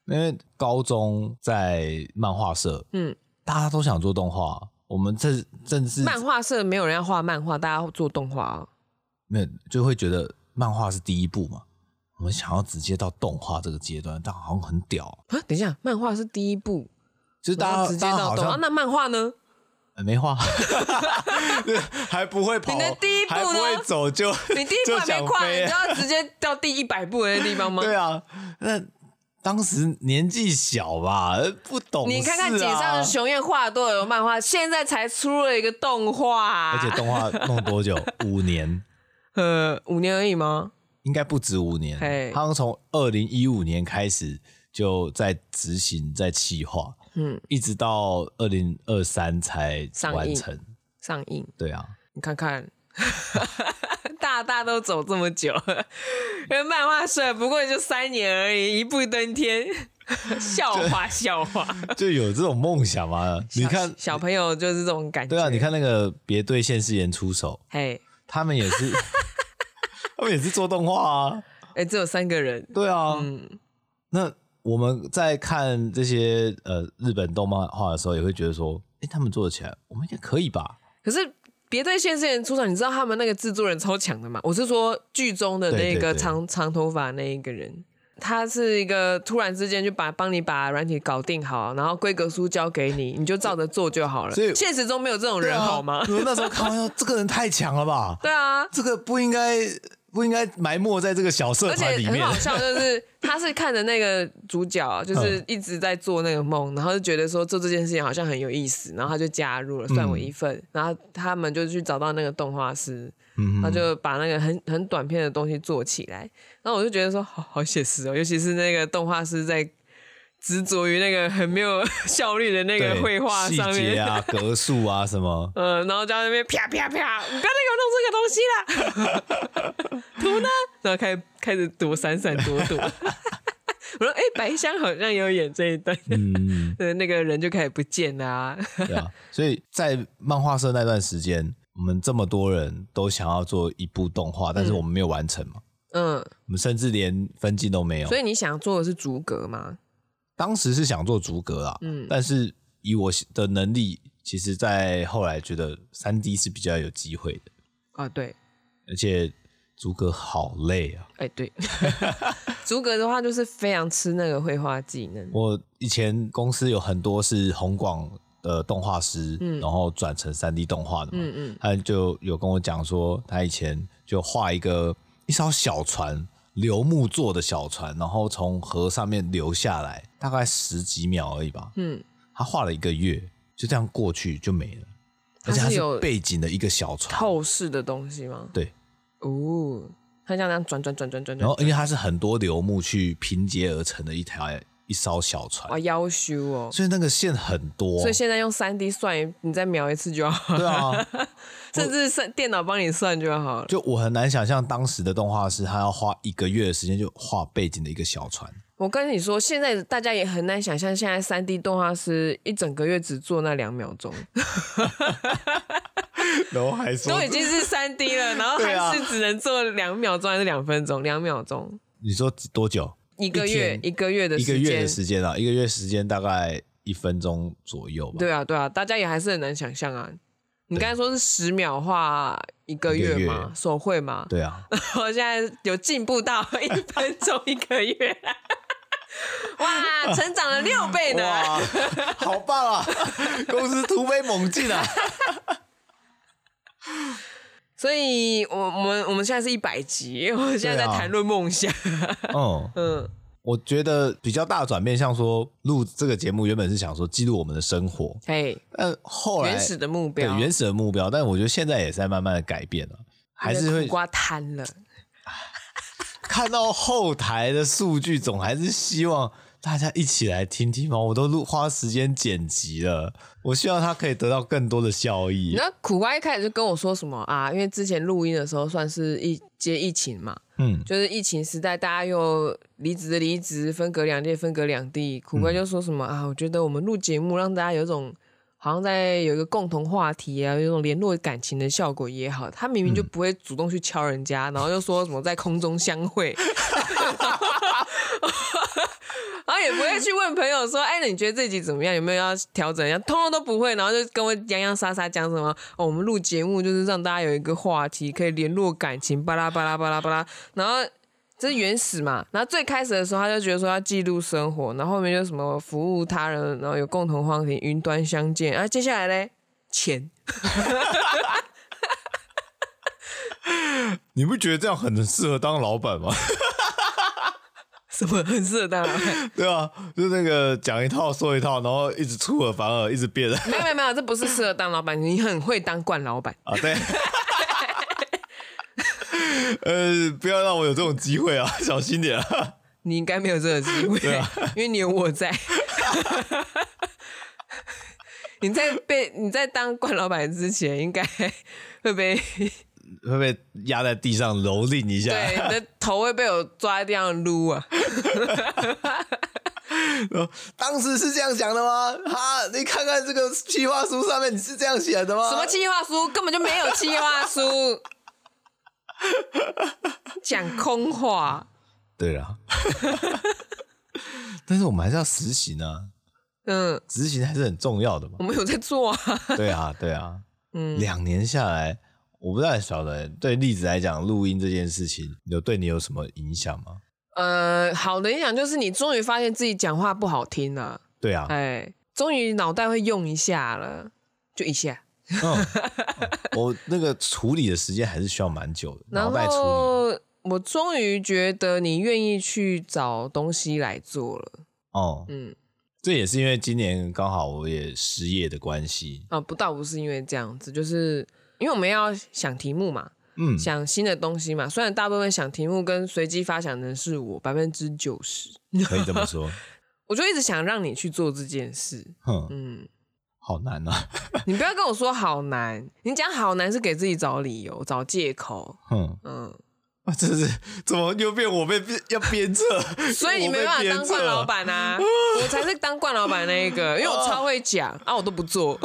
[SPEAKER 2] 因为高中在漫画社，
[SPEAKER 1] 嗯，
[SPEAKER 2] 大家都想做动画，我们这甚至
[SPEAKER 1] 漫画社没有人要画漫画，大家做动画、哦。
[SPEAKER 2] 没有就会觉得漫画是第一步嘛。我们想要直接到动画这个阶段，但好像很屌啊，
[SPEAKER 1] 啊，等一下，漫画是第一步，
[SPEAKER 2] 就是
[SPEAKER 1] 然
[SPEAKER 2] 大
[SPEAKER 1] 后
[SPEAKER 2] 家
[SPEAKER 1] 直接
[SPEAKER 2] 大家
[SPEAKER 1] 到
[SPEAKER 2] 好
[SPEAKER 1] 动
[SPEAKER 2] 像
[SPEAKER 1] 画、啊。那漫画呢？
[SPEAKER 2] 呃没 画，还不会跑，
[SPEAKER 1] 你的第一步呢
[SPEAKER 2] 还不会走就
[SPEAKER 1] 你第一步还没
[SPEAKER 2] 就想
[SPEAKER 1] 跨，你
[SPEAKER 2] 飞啊
[SPEAKER 1] 就要直接到第一百步的那地方吗？
[SPEAKER 2] 对啊，那当时年纪小吧，呃不懂、事
[SPEAKER 1] 你看看井上
[SPEAKER 2] 啊
[SPEAKER 1] 的雄彦画的多有漫画，现在才出了一个动画，
[SPEAKER 2] 而且 动画弄多久？五年，
[SPEAKER 1] 呃五年而已吗？
[SPEAKER 2] 应该不止五年
[SPEAKER 1] 嘿。
[SPEAKER 2] 他们从二零一五年开始就在执行，在企划，
[SPEAKER 1] 嗯，
[SPEAKER 2] 一直到二零二三才
[SPEAKER 1] 上映
[SPEAKER 2] 完成。
[SPEAKER 1] 上映，
[SPEAKER 2] 对啊，
[SPEAKER 1] 你看看， 大大都走这么久， 人漫画社不过就三年而已，一步登天， 笑话笑话。
[SPEAKER 2] 就有这种梦想 嘛。你看
[SPEAKER 1] 小，小朋友就是这种感觉，
[SPEAKER 2] 对啊，你，看那个别对现实言出手，
[SPEAKER 1] 嘿，
[SPEAKER 2] 他们也 是，他们也是做动画啊。
[SPEAKER 1] 哎，只有三个人，
[SPEAKER 2] 对啊，
[SPEAKER 1] 嗯，
[SPEAKER 2] 那我们在看这些呃日本动漫画的时候，也会觉得说，哎、他们做得起来，我们应该可以吧？
[SPEAKER 1] 可是。别对现实人出场，你知道他们那个制作人超强的嘛？我是说剧中的那
[SPEAKER 2] 对对
[SPEAKER 1] 个
[SPEAKER 2] 对
[SPEAKER 1] 长长头发那一个人，他是一个突然之间就把帮你把软体搞定好，然后规格书交给你，你就照着做就好了。
[SPEAKER 2] 所以
[SPEAKER 1] 现实中没有这种人好吗？
[SPEAKER 2] 对啊？我那时候看完说，这个人太强了吧？
[SPEAKER 1] 对啊，
[SPEAKER 2] 这个不应该不应该埋没 在这个小社
[SPEAKER 1] 而
[SPEAKER 2] 团
[SPEAKER 1] 且
[SPEAKER 2] 里
[SPEAKER 1] 很
[SPEAKER 2] 面嗯
[SPEAKER 1] 好。笑，就是 他是看着那个主角，啊就是一直在做那个梦，然后就觉得说做这件事情好像很有意思，然后他就加入了，算我一份。然后他们就去找到那个动画师，
[SPEAKER 2] 嗯
[SPEAKER 1] 他就把那个很很短片的东西做起来。然后我就觉得说，好好写实哦，尤其是那个动画师在执着于那个很没有 效率的那个
[SPEAKER 2] 对
[SPEAKER 1] 绘画
[SPEAKER 2] 细
[SPEAKER 1] 上
[SPEAKER 2] 节
[SPEAKER 1] 面。
[SPEAKER 2] 啊、格数啊什么，
[SPEAKER 1] 嗯，然后就在那边啪啪啪，你不要再给我弄这个东西啦， 图呢？然后开始开始躲闪闪躲躲。 我说，哎、白香好像有演这一段，
[SPEAKER 2] 嗯，
[SPEAKER 1] 对， 那个人就开始不见啦、啊。
[SPEAKER 2] 对啊。所以在漫画社那段时间，我们这么多人都想要做一部动画，但是我们没有完成嘛，
[SPEAKER 1] 嗯，
[SPEAKER 2] 我们甚至连分镜都没有
[SPEAKER 1] 所。以你想做的是逐格吗？
[SPEAKER 2] 当时是想做逐格啦，
[SPEAKER 1] 嗯
[SPEAKER 2] 但是以我的能力，其实在后来觉得三 D 是比较有机会的，
[SPEAKER 1] 啊，对，
[SPEAKER 2] 而且逐格好累啊。
[SPEAKER 1] 哎、 对，逐格的话就是非常吃那个绘画技能。
[SPEAKER 2] 我以前公司有很多是红广的动画师，然后转成三 D 动画的嘛，
[SPEAKER 1] 嗯嗯，
[SPEAKER 2] 他就有跟我讲说，他以前就画一个一艘小船流木做的小船，然后从河上面流下来，大概十几秒而已吧。
[SPEAKER 1] 嗯，
[SPEAKER 2] 他画了一个月，就这样过去就没了，而且
[SPEAKER 1] 它
[SPEAKER 2] 它
[SPEAKER 1] 是有
[SPEAKER 2] 是背景的一个小船，
[SPEAKER 1] 透视的东西吗？
[SPEAKER 2] 对，
[SPEAKER 1] 哦，它像这样转转转转转
[SPEAKER 2] 然
[SPEAKER 1] 转
[SPEAKER 2] 后，哎因为它是很多流木去拼接而成的一条一艘小船
[SPEAKER 1] 哇，，要修哦。
[SPEAKER 2] 所以那个线很多
[SPEAKER 1] 所以。现在用三 D 算一，你再描一次就好，
[SPEAKER 2] 对 啊，
[SPEAKER 1] 甚至算电脑帮你算就好了。
[SPEAKER 2] 就我很难想象当时的动画师他要花一个月的时间就画背景的一个小船，
[SPEAKER 1] 我跟你说，现在大家也很难想象，现在三 D 动画师一整个月只做那两秒 钟，
[SPEAKER 2] 然后还说
[SPEAKER 1] 都已经是三 D 了，然后
[SPEAKER 2] 对啊
[SPEAKER 1] 还是只能做两秒钟还是两分钟？两秒钟，
[SPEAKER 2] 你说几多久？
[SPEAKER 1] 一个月
[SPEAKER 2] 一天
[SPEAKER 1] 一个月的
[SPEAKER 2] 一个
[SPEAKER 1] 时
[SPEAKER 2] 月
[SPEAKER 1] 间
[SPEAKER 2] 的，时间啊，一个月时间大概一分钟左右吧。
[SPEAKER 1] 对啊对啊，大家也还是很难想象啊。你刚才说是十秒画一个
[SPEAKER 2] 一个
[SPEAKER 1] 月
[SPEAKER 2] 月
[SPEAKER 1] 嘛，手绘嘛，
[SPEAKER 2] 对啊，
[SPEAKER 1] 我现在有进步到 一分钟一个月， 哇，成长了六倍呢！
[SPEAKER 2] 哇，好棒啊！公司突飞猛进啊！
[SPEAKER 1] 所以，我我们我们现在是一百集，我现在在
[SPEAKER 2] 对啊
[SPEAKER 1] 谈论梦想。
[SPEAKER 2] 嗯，
[SPEAKER 1] 嗯，
[SPEAKER 2] 我觉得比较大的转变，像说录这个节目，原本是想说记录我们的生活，
[SPEAKER 1] 嘿，
[SPEAKER 2] 但后来
[SPEAKER 1] 原始的目
[SPEAKER 2] 对
[SPEAKER 1] 标，
[SPEAKER 2] 原始的目标，但我觉得现在也在慢慢的改变了，还是
[SPEAKER 1] 因为
[SPEAKER 2] 会
[SPEAKER 1] 苦瓜贪了。
[SPEAKER 2] 看到后台的数据，总还是希望大家一起来听听嘛。我都录花时间剪辑了，我希望它可以得到更多的效益。
[SPEAKER 1] 你知道苦瓜一开始就跟我说什么啊？因为之前录音的时候算是疫接疫情嘛，
[SPEAKER 2] 嗯，
[SPEAKER 1] 就是疫情时代，大家又离职的离职，分隔两地的分隔两地。苦瓜就说什么、啊？我觉得我们录节目让大家有一种好像在有一个共同话题啊，有一种联络感情的效果也好。他明明就不会主动去敲人家，然后又说什么在空中相会， 然后也不会去问朋友说，哎，你觉得这集怎么样？有没有要调整一下？通通都不会，然后就跟我洋洋洒洒讲什么、哦，我们录节目就是让大家有一个话题可以联络感情，巴拉巴拉巴拉巴拉。然后这是原始嘛，然后最开始的时候他就觉得说要记录生活，然后后面就什么服务他人，然后有共同话题，云端相见啊。接下来嘞，钱，
[SPEAKER 2] 你不觉得这样很适合当老板吗？
[SPEAKER 1] 什么很适合当老板
[SPEAKER 2] 对啊，就那个讲一套说一套，然后一直出尔反尔，一直变
[SPEAKER 1] 没有没有没有，这不是适合当老板，你很会当惯老板。
[SPEAKER 2] 啊，对。 呃，不要让我有这种机会啊，小心点啊！
[SPEAKER 1] 你应该没有这个机会， 因为你有我在。你在被你在当冠老板之前，应该会被
[SPEAKER 2] 会被压在地上蹂躏一下，
[SPEAKER 1] 对你的头会被我抓在地上撸啊！
[SPEAKER 2] 当时是这样讲的吗？哈，你看看这个计划书上面，你是这样写的吗？
[SPEAKER 1] 什么计划书根本就没有计划书，讲空话。
[SPEAKER 2] 对啦， 但是我们还是要实行啊，
[SPEAKER 1] 嗯，
[SPEAKER 2] 执行还是很重要的嘛
[SPEAKER 1] 我。们有在做啊。
[SPEAKER 2] 对啊，对啊，
[SPEAKER 1] 嗯，
[SPEAKER 2] 两年下来，我不太晓得对栗子来讲，录音这件事情有对你有什么影响吗？
[SPEAKER 1] 呃，好的影响就是你终于发现自己讲话不好听了，
[SPEAKER 2] 对啊，
[SPEAKER 1] 哎，终于脑袋会用一下了，就一下。
[SPEAKER 2] 嗯，我那个处理的时间还是需要蛮久的，
[SPEAKER 1] 然
[SPEAKER 2] 脑袋处理。
[SPEAKER 1] 后我终于觉得你愿意去找东西来做了。
[SPEAKER 2] 哦、
[SPEAKER 1] 嗯，
[SPEAKER 2] 这也是因为今年刚好我也失业的关系。
[SPEAKER 1] 啊，不倒不是因为这样子，就是因为我们要想题目嘛，
[SPEAKER 2] 嗯，
[SPEAKER 1] 想新的东西嘛。虽然大部分想题目跟随机发想的是我百分之九十，
[SPEAKER 2] 可以这么说。
[SPEAKER 1] 我就一直想让你去做这件事。
[SPEAKER 2] 哼，
[SPEAKER 1] 嗯，
[SPEAKER 2] 好难啊。
[SPEAKER 1] 你不要跟我说好难，你讲好难是给自己找理由、找借口。
[SPEAKER 2] 哼。
[SPEAKER 1] 嗯，
[SPEAKER 2] 啊，这是怎么又变我被编要鞭 策？
[SPEAKER 1] 所以你
[SPEAKER 2] 我
[SPEAKER 1] 没
[SPEAKER 2] 被
[SPEAKER 1] 办法
[SPEAKER 2] 鞭
[SPEAKER 1] 当
[SPEAKER 2] 策
[SPEAKER 1] 冠老。板 啊，我才是当冠老板那一个，因为我超会讲啊，我都 不做。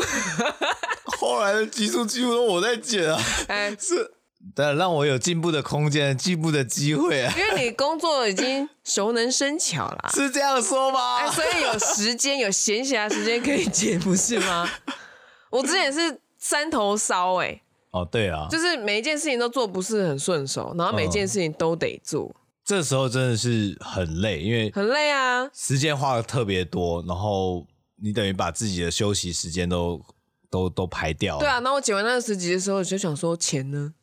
[SPEAKER 2] 后来的集数几乎都我在剪啊，
[SPEAKER 1] 哎，
[SPEAKER 2] 是， 但让我有进步的空间、进步的机会啊，，
[SPEAKER 1] 因为你工作已经熟能生巧啦
[SPEAKER 2] 是这样说 吗？
[SPEAKER 1] 哎，所以有时间有闲暇时间可以剪，不是吗？ 我之前是三头烧，哎，
[SPEAKER 2] 哦，对啊，
[SPEAKER 1] 就是每一件事情都做不是很顺手，然后每件事情都得做，
[SPEAKER 2] 这时候真的是很累，因为
[SPEAKER 1] 很累啊。
[SPEAKER 2] 时间花的特别多，然后你等于把自己的休息时间都都都排掉了。
[SPEAKER 1] 对啊，那我剪完那个十集的时候，我就想说钱呢，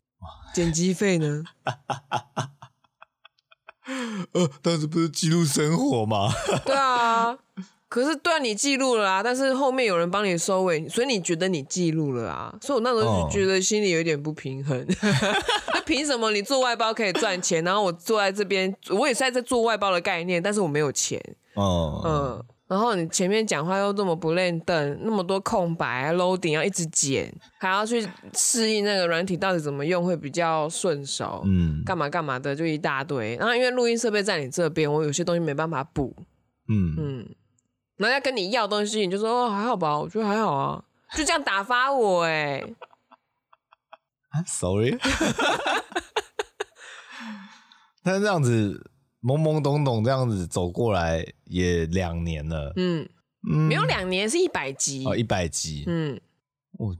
[SPEAKER 1] 剪辑费呢，
[SPEAKER 2] 呃，但是不是记录生活嘛？
[SPEAKER 1] 对啊，可是断你记录了啊，但是后面有人帮你收尾，所以你觉得你记录了啊，所以我那时候
[SPEAKER 2] 哦
[SPEAKER 1] 就觉得心里有一点不平衡。 那凭什么你做外包可以赚钱，然后我坐在这边，我也是在这做外包的概念，但是我没有钱，
[SPEAKER 2] 嗯
[SPEAKER 1] 嗯。然后你前面讲话又这么不认凳，那么多空白，loading 要一直剪，还要去适应那个软体到底怎么用会比较顺手。
[SPEAKER 2] 嗯
[SPEAKER 1] 干嘛干嘛的，就一大堆。然后因为录音设备在你这边，我有些东西没办法补，
[SPEAKER 2] 嗯，
[SPEAKER 1] 嗯，然后要跟你要东西，你就说哦还好吧，我觉得还好啊，就这样打发我哎、
[SPEAKER 2] 啊，sorry，但是这样子懵懵懂懂这样子走过来也两年了，
[SPEAKER 1] 嗯，
[SPEAKER 2] 嗯，
[SPEAKER 1] 没有两年是一百集，
[SPEAKER 2] 哦一百集，
[SPEAKER 1] 嗯，
[SPEAKER 2] 我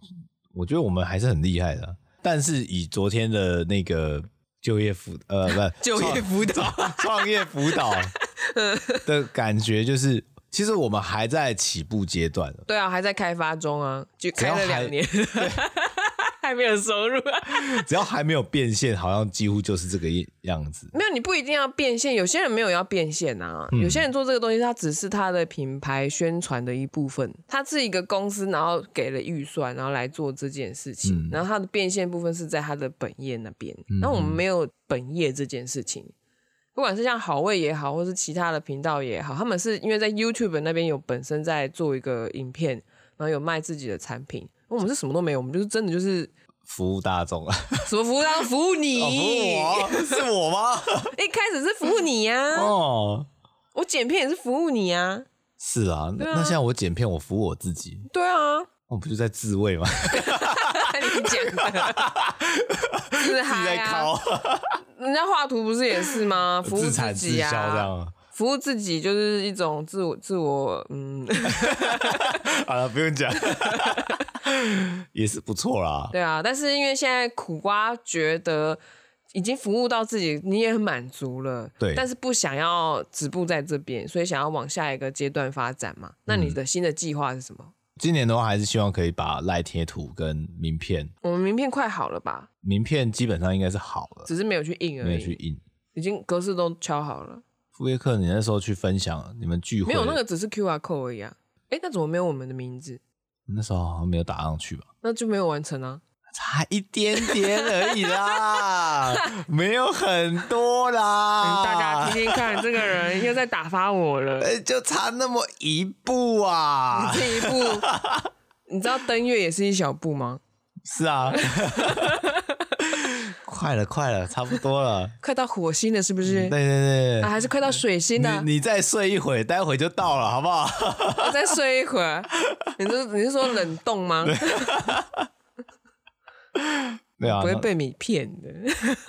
[SPEAKER 2] 我觉得我们还是很厉害的啊，但是以昨天的那个就业辅呃 不
[SPEAKER 1] 就业辅导，嗯
[SPEAKER 2] 创 业辅导的感觉，就是其实我们还在起步阶段，
[SPEAKER 1] 对啊，还在开发中啊，就
[SPEAKER 2] 只
[SPEAKER 1] 开
[SPEAKER 2] 要
[SPEAKER 1] 了
[SPEAKER 2] 还
[SPEAKER 1] 两年， 还没有收入、
[SPEAKER 2] 只要还没有变现，好像几乎就是这个样子。哦
[SPEAKER 1] 没有，你不一定要变现，有些人没有要变现啊，
[SPEAKER 2] 嗯
[SPEAKER 1] 有些人做这个东西，它只是他的品牌宣传的一部分，它是一个公司，然后给了预算，然后来做这件事情，
[SPEAKER 2] 嗯
[SPEAKER 1] 然后它的变现部分是在它的本业那边，
[SPEAKER 2] 嗯
[SPEAKER 1] 那、我们没有本业这件事情。不管是像好味也好，或是其他的频道也好，他们是因为在 YouTube 那边有本身在做一个影片，然后有卖自己的产品。我们是什么都没有，我们就是真的就是
[SPEAKER 2] 服务大众啊，
[SPEAKER 1] 什么服务商服务你，
[SPEAKER 2] 哦 服务我是我吗？
[SPEAKER 1] 一开始是服务你呀、
[SPEAKER 2] 哦，
[SPEAKER 1] 我剪片也是服务你啊，
[SPEAKER 2] 是啊，那
[SPEAKER 1] 对啊
[SPEAKER 2] 那现在我剪片，我服务我自己，
[SPEAKER 1] 对 啊，
[SPEAKER 2] 我不就在自慰吗？
[SPEAKER 1] 你 讲的，啊自
[SPEAKER 2] 自己
[SPEAKER 1] 嗨
[SPEAKER 2] 在
[SPEAKER 1] 啊，
[SPEAKER 2] 靠，
[SPEAKER 1] 人家画图不是也是吗？服务
[SPEAKER 2] 自产自
[SPEAKER 1] 己
[SPEAKER 2] 销这
[SPEAKER 1] 啊，
[SPEAKER 2] 样。
[SPEAKER 1] 服务自己就是一种自我自我，嗯，
[SPEAKER 2] 好了，不用 讲，也是不错啦。
[SPEAKER 1] 对啊。但是因为现在苦瓜觉得已经服务到自己，你也很满足了，
[SPEAKER 2] 对
[SPEAKER 1] 但是不想要止步在这边，所以想要往下一个阶段发展嘛。那
[SPEAKER 2] 嗯
[SPEAKER 1] 你的新的计划是什么？
[SPEAKER 2] 今年的话，还是希望可以把赖贴图跟名片，
[SPEAKER 1] 我们名片快好了吧？
[SPEAKER 2] 名片基本上应该是好了，
[SPEAKER 1] 只是没有去印而
[SPEAKER 2] 没有去
[SPEAKER 1] 已，
[SPEAKER 2] 印。
[SPEAKER 1] 已经格式都敲好了。
[SPEAKER 2] 傅约克，你那时候去分享你们聚会，
[SPEAKER 1] 没有，那个只是 QR code 而已啊。哎，那怎么没有我们的名字？
[SPEAKER 2] 那时候好像没有打上去吧？
[SPEAKER 1] 那就没有完成啊。
[SPEAKER 2] 差一点点而已啦，没有很多啦。
[SPEAKER 1] 嗯大家听听看，这个人又在打发我了。
[SPEAKER 2] 呃，就差那么一步 啊。
[SPEAKER 1] 这一 步，你知道登月也是一小步吗？
[SPEAKER 2] 是啊，快了，快了，差不多了。
[SPEAKER 1] 快到火星了，是不
[SPEAKER 2] 嗯对
[SPEAKER 1] 是？
[SPEAKER 2] 对对
[SPEAKER 1] 啊，，还是快到水星了？
[SPEAKER 2] 你你再睡一会，待会就到了，好不好？
[SPEAKER 1] 我再睡一会儿。你是你是说冷冻吗？
[SPEAKER 2] 对啊
[SPEAKER 1] 不。会被你骗的。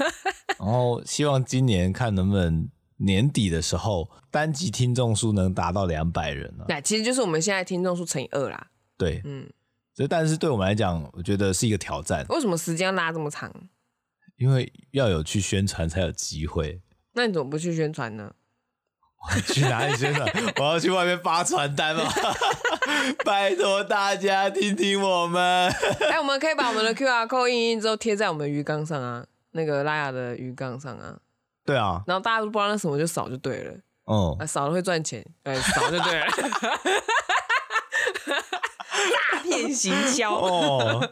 [SPEAKER 2] 然后希望今年看能不能年底的时候，单集听众数能达到两百人啊。
[SPEAKER 1] 那其实就是我们现在听众数乘以二啦。
[SPEAKER 2] 对，
[SPEAKER 1] 嗯，
[SPEAKER 2] 所以但是对我们来讲，我觉得是一个挑战，
[SPEAKER 1] 为什么时间要拉这么长？
[SPEAKER 2] 因为要有去宣传才有机会。
[SPEAKER 1] 那你怎么不去宣传呢？
[SPEAKER 2] 去哪里宣传？我要去外面发传单吗？ 拜托大家听听我们。
[SPEAKER 1] 哎，我们可以把我们的 QR code 印印之后贴在我们的鱼缸上啊，那个拉雅的鱼缸上啊，
[SPEAKER 2] 对啊，
[SPEAKER 1] 然后大家都不知道那什么就扫就对了，
[SPEAKER 2] 嗯
[SPEAKER 1] 啊，，扫了会赚钱，哎，扫就对了。 诈骗行销，
[SPEAKER 2] 哦，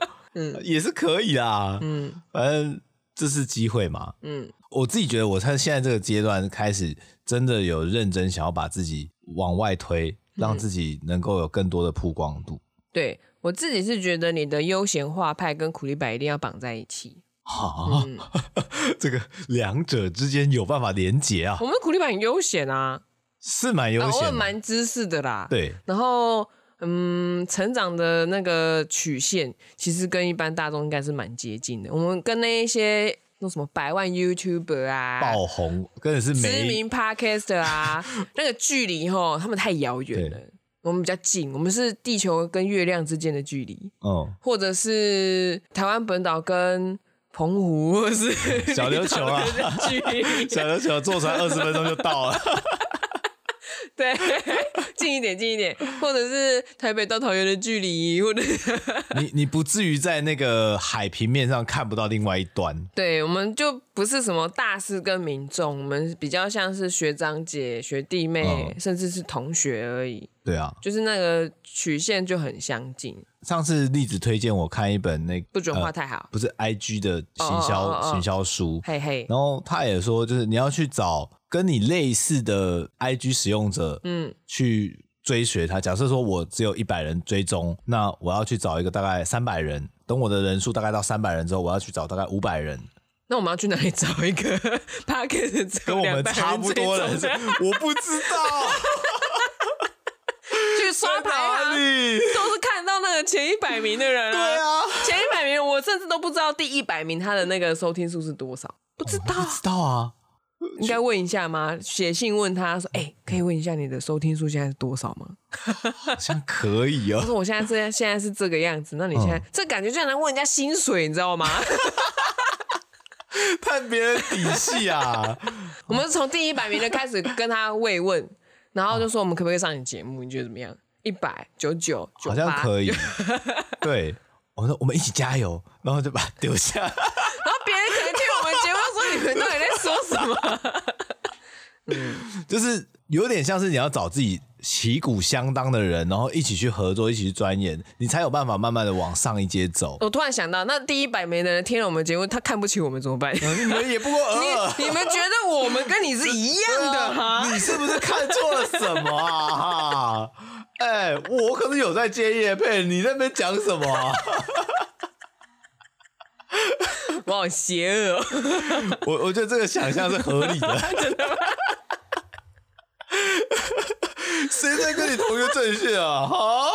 [SPEAKER 2] 也是可以啦。
[SPEAKER 1] 嗯
[SPEAKER 2] 反正这是机会嘛。
[SPEAKER 1] 嗯，
[SPEAKER 2] 我自己觉得，我在现在这个阶段开始，真的有认真想要把自己往外推，让
[SPEAKER 1] 嗯
[SPEAKER 2] 自己能够有更多的曝光 度。
[SPEAKER 1] 对我自己是觉得你的悠闲画派跟苦力白一定要绑在一起。嗯
[SPEAKER 2] 哈，这个两者之间有办法连结啊
[SPEAKER 1] 我，们的苦力白很悠闲啊，
[SPEAKER 2] 是蛮悠
[SPEAKER 1] 啊我也
[SPEAKER 2] 闲的。
[SPEAKER 1] 蛮知识的啦。，
[SPEAKER 2] 对，
[SPEAKER 1] 然后。嗯，成长的那个曲线其实跟一般大众应该是蛮接近的。我们跟那一些那什么百万 YouTuber 啊、
[SPEAKER 2] 爆红真的是
[SPEAKER 1] 知
[SPEAKER 2] 没
[SPEAKER 1] 名 podcast 啊，那个距离吼，他们太遥远了
[SPEAKER 2] 对。
[SPEAKER 1] 我们比较近，我们是地球跟月亮之间的距离，
[SPEAKER 2] 嗯
[SPEAKER 1] 或者是台湾本岛跟澎湖，或者 是
[SPEAKER 2] 小琉球啊
[SPEAKER 1] 离岛 的距离。
[SPEAKER 2] 小琉球坐船二十分钟就到了，
[SPEAKER 1] 对， 近一点，近一点，或者是台北到桃园的距离， 或者
[SPEAKER 2] 你你不至于在那个海平面上看不到另外一端。
[SPEAKER 1] 对，我们就不是什么大师跟民众，我们比较像是学长姐、学弟妹，
[SPEAKER 2] 嗯
[SPEAKER 1] 甚至是同学而已，
[SPEAKER 2] 对啊，
[SPEAKER 1] 就是那个曲线就很相近，
[SPEAKER 2] 上次例子推荐我看一本那
[SPEAKER 1] 不准画
[SPEAKER 2] 呃
[SPEAKER 1] 太好，
[SPEAKER 2] 不是 I G 的行销
[SPEAKER 1] 哦哦哦哦
[SPEAKER 2] 行销书，
[SPEAKER 1] 嘿嘿，
[SPEAKER 2] 然后他也说，就是你要去找跟你类似的 I G 使用者，
[SPEAKER 1] 嗯，
[SPEAKER 2] 去追随他。假设说我只有一百人追踪，那我要去找一个大概三百人。等我的人数大概到三百人之后，我要去找大概五百人，
[SPEAKER 1] 那我们要去哪里找一个 p a r k e t
[SPEAKER 2] 跟我们差不多
[SPEAKER 1] 的
[SPEAKER 2] 人，
[SPEAKER 1] 追踪的，
[SPEAKER 2] 我不知道
[SPEAKER 1] 去刷排
[SPEAKER 2] 哪
[SPEAKER 1] 行，
[SPEAKER 2] 里。
[SPEAKER 1] 都是看到那个前一百名的人
[SPEAKER 2] 对啊，
[SPEAKER 1] 前一百名，我甚至都不知道第一百名他的那个收听数是多少，不知道，
[SPEAKER 2] 知道啊，
[SPEAKER 1] 应该问一下吗？写信问他说：“哎、可以问一下你的收听数现在是多少吗
[SPEAKER 2] 好像可以？”
[SPEAKER 1] 他
[SPEAKER 2] 哦。
[SPEAKER 1] 说：“我现在这样，现在是这个样子，那你现
[SPEAKER 2] 嗯
[SPEAKER 1] 在、这感觉就很难问人家薪水，你知道吗？
[SPEAKER 2] 看别人底细啊，
[SPEAKER 1] 我们是从第一百名的开始跟他慰问，然后就说我们可不可以上你节目？你觉得怎么样？一百九九九
[SPEAKER 2] 好像
[SPEAKER 1] 八，
[SPEAKER 2] 可以。对，我说我们一起加油，然后就把它丢下。
[SPEAKER 1] 然后别人可能听我们节目说你们到底在说什么？
[SPEAKER 2] 就是有点像是你要找自己旗鼓相当的人，然后一起去合作，一起去钻研，你才有办法慢慢的往上一阶 走。
[SPEAKER 1] 我突然想到，那第一百名的人听了我们节目，他看不起我们怎么办？
[SPEAKER 2] 你们也不过尔尔。
[SPEAKER 1] 你你们觉得我们跟你是一样
[SPEAKER 2] 啊
[SPEAKER 1] 的哈？
[SPEAKER 2] 你是不是看错了什么啊？哈哎、我可是有在接叶配，你在那边讲什么、啊？
[SPEAKER 1] 我好邪恶、哦，
[SPEAKER 2] 我我觉得这个想象是合理 的。 谁在跟你同一个阵线啊？哈，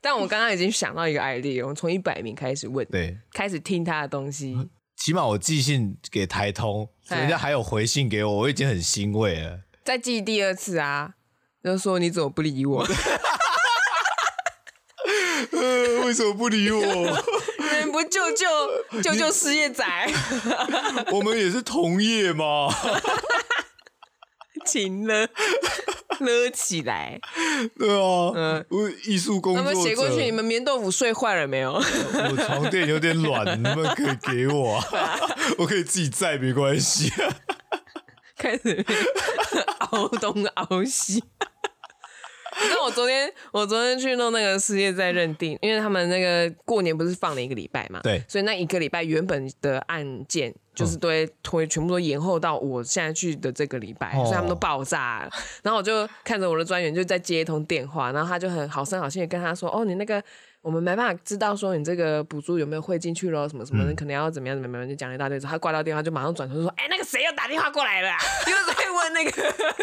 [SPEAKER 1] 但我刚刚已经想到一个 idea，我们从一百名开始问，
[SPEAKER 2] 对，
[SPEAKER 1] 开始听他的东西。
[SPEAKER 2] 起码我寄信给台通，
[SPEAKER 1] 哎
[SPEAKER 2] 人家还有回信给我，我已经很欣慰了。
[SPEAKER 1] 再记第二次啊，就说你怎么不理我？
[SPEAKER 2] 呃，为什么不 理我？
[SPEAKER 1] 你们不救救救救失业仔，
[SPEAKER 2] 我们也是同业嘛。
[SPEAKER 1] 请了勒起来。
[SPEAKER 2] 对啊，
[SPEAKER 1] 嗯
[SPEAKER 2] 我艺术工
[SPEAKER 1] 他
[SPEAKER 2] 作者，
[SPEAKER 1] 们写过去，你们棉豆腐睡坏了没有？
[SPEAKER 2] 我床垫有点软，你们可以给我、啊， 我可以自己载，没关 系、
[SPEAKER 1] 开始 熬东熬西。那我昨天，我昨天去弄那个失业在认定，因为他们那个过年不是放了一个礼拜嘛，
[SPEAKER 2] 对嗯
[SPEAKER 1] 所以那一个礼拜原本的案件就是都会推，全部都延后到我现在去的这个礼拜，
[SPEAKER 2] 哦
[SPEAKER 1] 所以他们都爆炸了。 然后我就看着我的专员就在接一通电话，然后他就很好声好气的跟他说：“哦，你那个我们没办法知道说你这个补助有没有汇进去咯，什么什么的，可能要怎么样怎么样，就讲了一大堆。”之后他挂掉电话就马上转头就说：“哎、那个谁又打电话过来了、啊， 又在问那个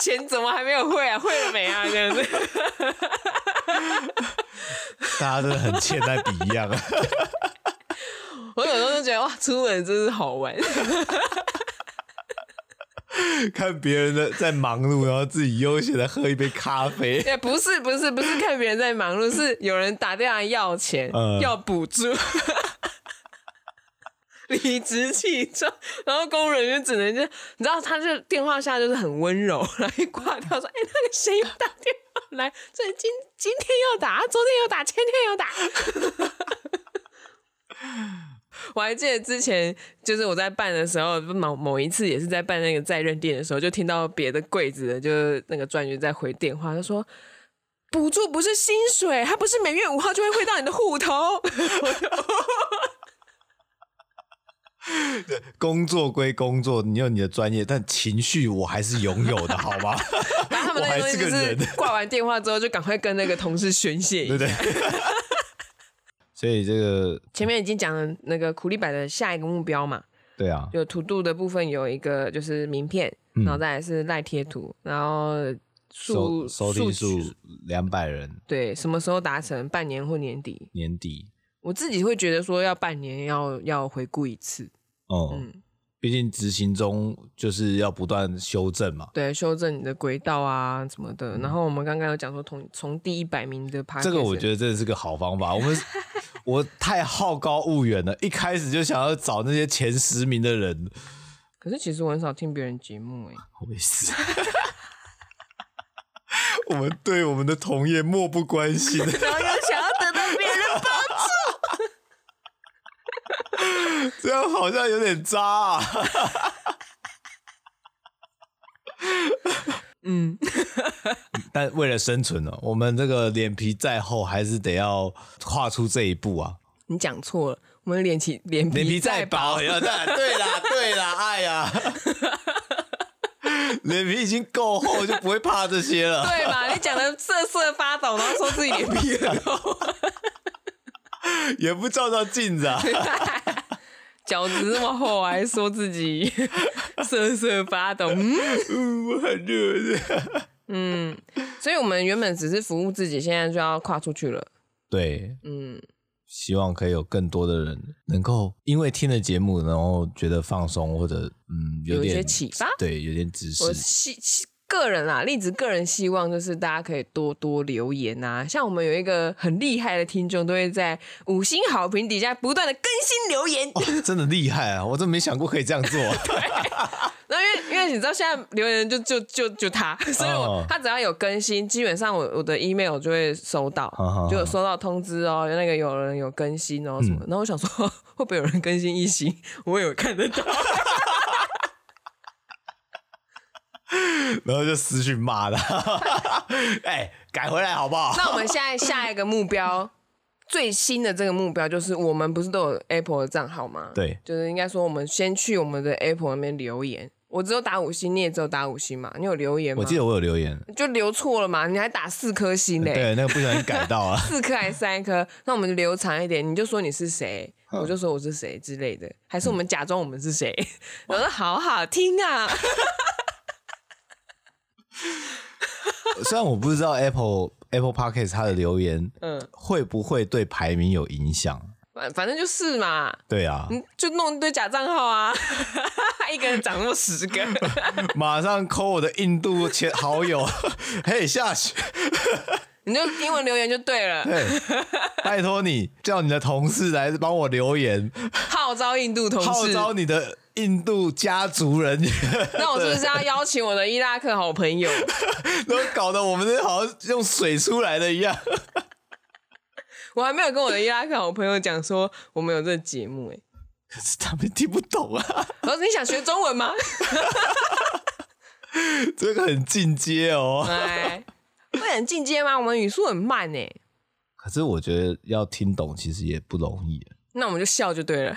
[SPEAKER 1] 钱怎么还没有汇啊，汇了没啊？”这样子。
[SPEAKER 2] 大家真的很欠在比一样、啊。
[SPEAKER 1] 我有时候就觉得哇，出门真是好玩。
[SPEAKER 2] 看别人的在忙碌，然后自己悠闲的喝一杯咖 啡。
[SPEAKER 1] 也不是不是不是看别人在忙碌，是有人打电话要钱、
[SPEAKER 2] 嗯
[SPEAKER 1] 要补助，理直气壮，然后工人就只能就你知道，他就电话下就是很温柔，然后一挂掉说：“哎、那个谁又打电话来？这今今天又打，昨天又打，前天又打。”我还记得之前就是我在办的时候，某某一次也是在办那个在任店的时候，就听到别的柜子的就是那个专员在回电话，他说。补助不是薪水，它不是每月五号就会汇到你的 户头。
[SPEAKER 2] 工作归工作，你有你的专业，但情绪我还是拥有的，好吗？
[SPEAKER 1] 然后他们那个东西就
[SPEAKER 2] 我还是
[SPEAKER 1] 是
[SPEAKER 2] 个人
[SPEAKER 1] 挂完电话之后就赶快跟那个同事宣泄一
[SPEAKER 2] 对
[SPEAKER 1] 下
[SPEAKER 2] 不。对？所以这个
[SPEAKER 1] 前面已经讲了那个苦力白的下一个目标嘛，
[SPEAKER 2] 对啊，
[SPEAKER 1] 就土度的部分有一个就是名片，
[SPEAKER 2] 嗯
[SPEAKER 1] 然后再来是赖贴图，然后
[SPEAKER 2] 收
[SPEAKER 1] 数
[SPEAKER 2] 收听数
[SPEAKER 1] 据
[SPEAKER 2] 两百人，
[SPEAKER 1] 对什么时候达成，半年或年底。
[SPEAKER 2] 年底，
[SPEAKER 1] 我自己会觉得说要半年要要回顾一次，
[SPEAKER 2] 嗯，毕竟执行中就是要不断修正嘛。
[SPEAKER 1] 对，修正你的轨道啊什么的。然后我们刚刚有讲说从从第一百名的 p
[SPEAKER 2] 嗯这个我觉
[SPEAKER 1] 得
[SPEAKER 2] 得真的是个好方法。我们我太好高骛远了，一开始就想要找那些前十名的人，
[SPEAKER 1] 可是其实我很少听别人节目哎、
[SPEAKER 2] 我也 是。我们对我们的同业漠不关心，
[SPEAKER 1] 然后又想要得到别 人的帮
[SPEAKER 2] 这样好像有点渣、 啊。
[SPEAKER 1] 嗯，
[SPEAKER 2] 但为了生存呢、哦我们这个脸皮再厚，还是得要跨出这一步啊。
[SPEAKER 1] 你讲错了，我们脸皮脸皮
[SPEAKER 2] 脸皮
[SPEAKER 1] 再
[SPEAKER 2] 再薄，要再对啦，对啦，哎 呀，脸皮已经够厚，就不会怕这些了。
[SPEAKER 1] 对嘛？你讲的瑟瑟发抖，然后说自己脸皮很厚，
[SPEAKER 2] 也不照照镜子啊。
[SPEAKER 1] 脚趾那么厚，还说自 己瑟瑟发抖。嗯，
[SPEAKER 2] 嗯，我很热。
[SPEAKER 1] 所以我们原本只是服务自己，现在就要跨出去了。
[SPEAKER 2] 对，
[SPEAKER 1] 嗯，
[SPEAKER 2] 希望可以有更多的人能够因为听了节目，然后觉得放松，或者嗯，
[SPEAKER 1] 有一
[SPEAKER 2] 点
[SPEAKER 1] 些启发
[SPEAKER 2] 对，有点知识。
[SPEAKER 1] 我希希个人啊，栗子个人希望就是大家可以多多留言啊，像我们有一个很厉害的听众，都会在五星好评底下不断的更新留言。
[SPEAKER 2] 哇，真的厉害啊！我真没想过可以这样做。
[SPEAKER 1] 那因为因为你知道现在留言就就就就他，所以我、
[SPEAKER 2] 哦
[SPEAKER 1] 他只要有更新，基本上我我的 email 就会收到，
[SPEAKER 2] 好好好 嗯
[SPEAKER 1] 就有收到通知哦，那个有人有更新哦什么的。然后我想说会不会有人更新一星，我有看得到，
[SPEAKER 2] 然后就私讯骂他， 哎、改回来好不好？
[SPEAKER 1] 那我们现在下一个目标，最新的这个目标就是，我们不是都有 Apple 的账号吗？，
[SPEAKER 2] 对，
[SPEAKER 1] 就是应该说，我们先去我们的 Apple 那边留言。我只有打五星，你也只有打五星嘛？你有留言吗？
[SPEAKER 2] 我记得我有留言，
[SPEAKER 1] 就留错了嘛，你还打四颗星嘞、，
[SPEAKER 2] 对，那个不小心改到啊
[SPEAKER 1] 四颗还是三颗？那我们就留长一点，你就说你是谁，
[SPEAKER 2] 嗯
[SPEAKER 1] 我就说我是谁之类的，还是我们假装我们是谁？ 我说好好 听啊，
[SPEAKER 2] 虽然我不知道 Apple Apple Podcast 它的留言
[SPEAKER 1] 嗯，
[SPEAKER 2] 会不会对排名有影响，
[SPEAKER 1] 反反正就是嘛，
[SPEAKER 2] 对啊，
[SPEAKER 1] 嗯，就弄一堆假账号啊， 一个人掌握十 个。
[SPEAKER 2] 马上扣我的印度前好 友，嘿，下去，
[SPEAKER 1] 你就英文留言就对了，
[SPEAKER 2] 嘿，拜托你叫你的同事来帮我留言，
[SPEAKER 1] 号召印度同
[SPEAKER 2] 号
[SPEAKER 1] 事。
[SPEAKER 2] 召你的印度家族人员，
[SPEAKER 1] 那我是不是要邀请我的伊拉克好朋友？
[SPEAKER 2] 都搞得我们这好像用水出来的一样。
[SPEAKER 1] 我还没有跟我的伊拉克好朋友讲说我们有这个节目哎、
[SPEAKER 2] 可是他们听不懂啊，
[SPEAKER 1] 我说你想学中文吗？
[SPEAKER 2] 这个很进阶哦。
[SPEAKER 1] 哎，会很进阶吗？我们语速很慢哎、
[SPEAKER 2] 可是我觉得要听懂其实也不容易。
[SPEAKER 1] 那我们就笑就对了。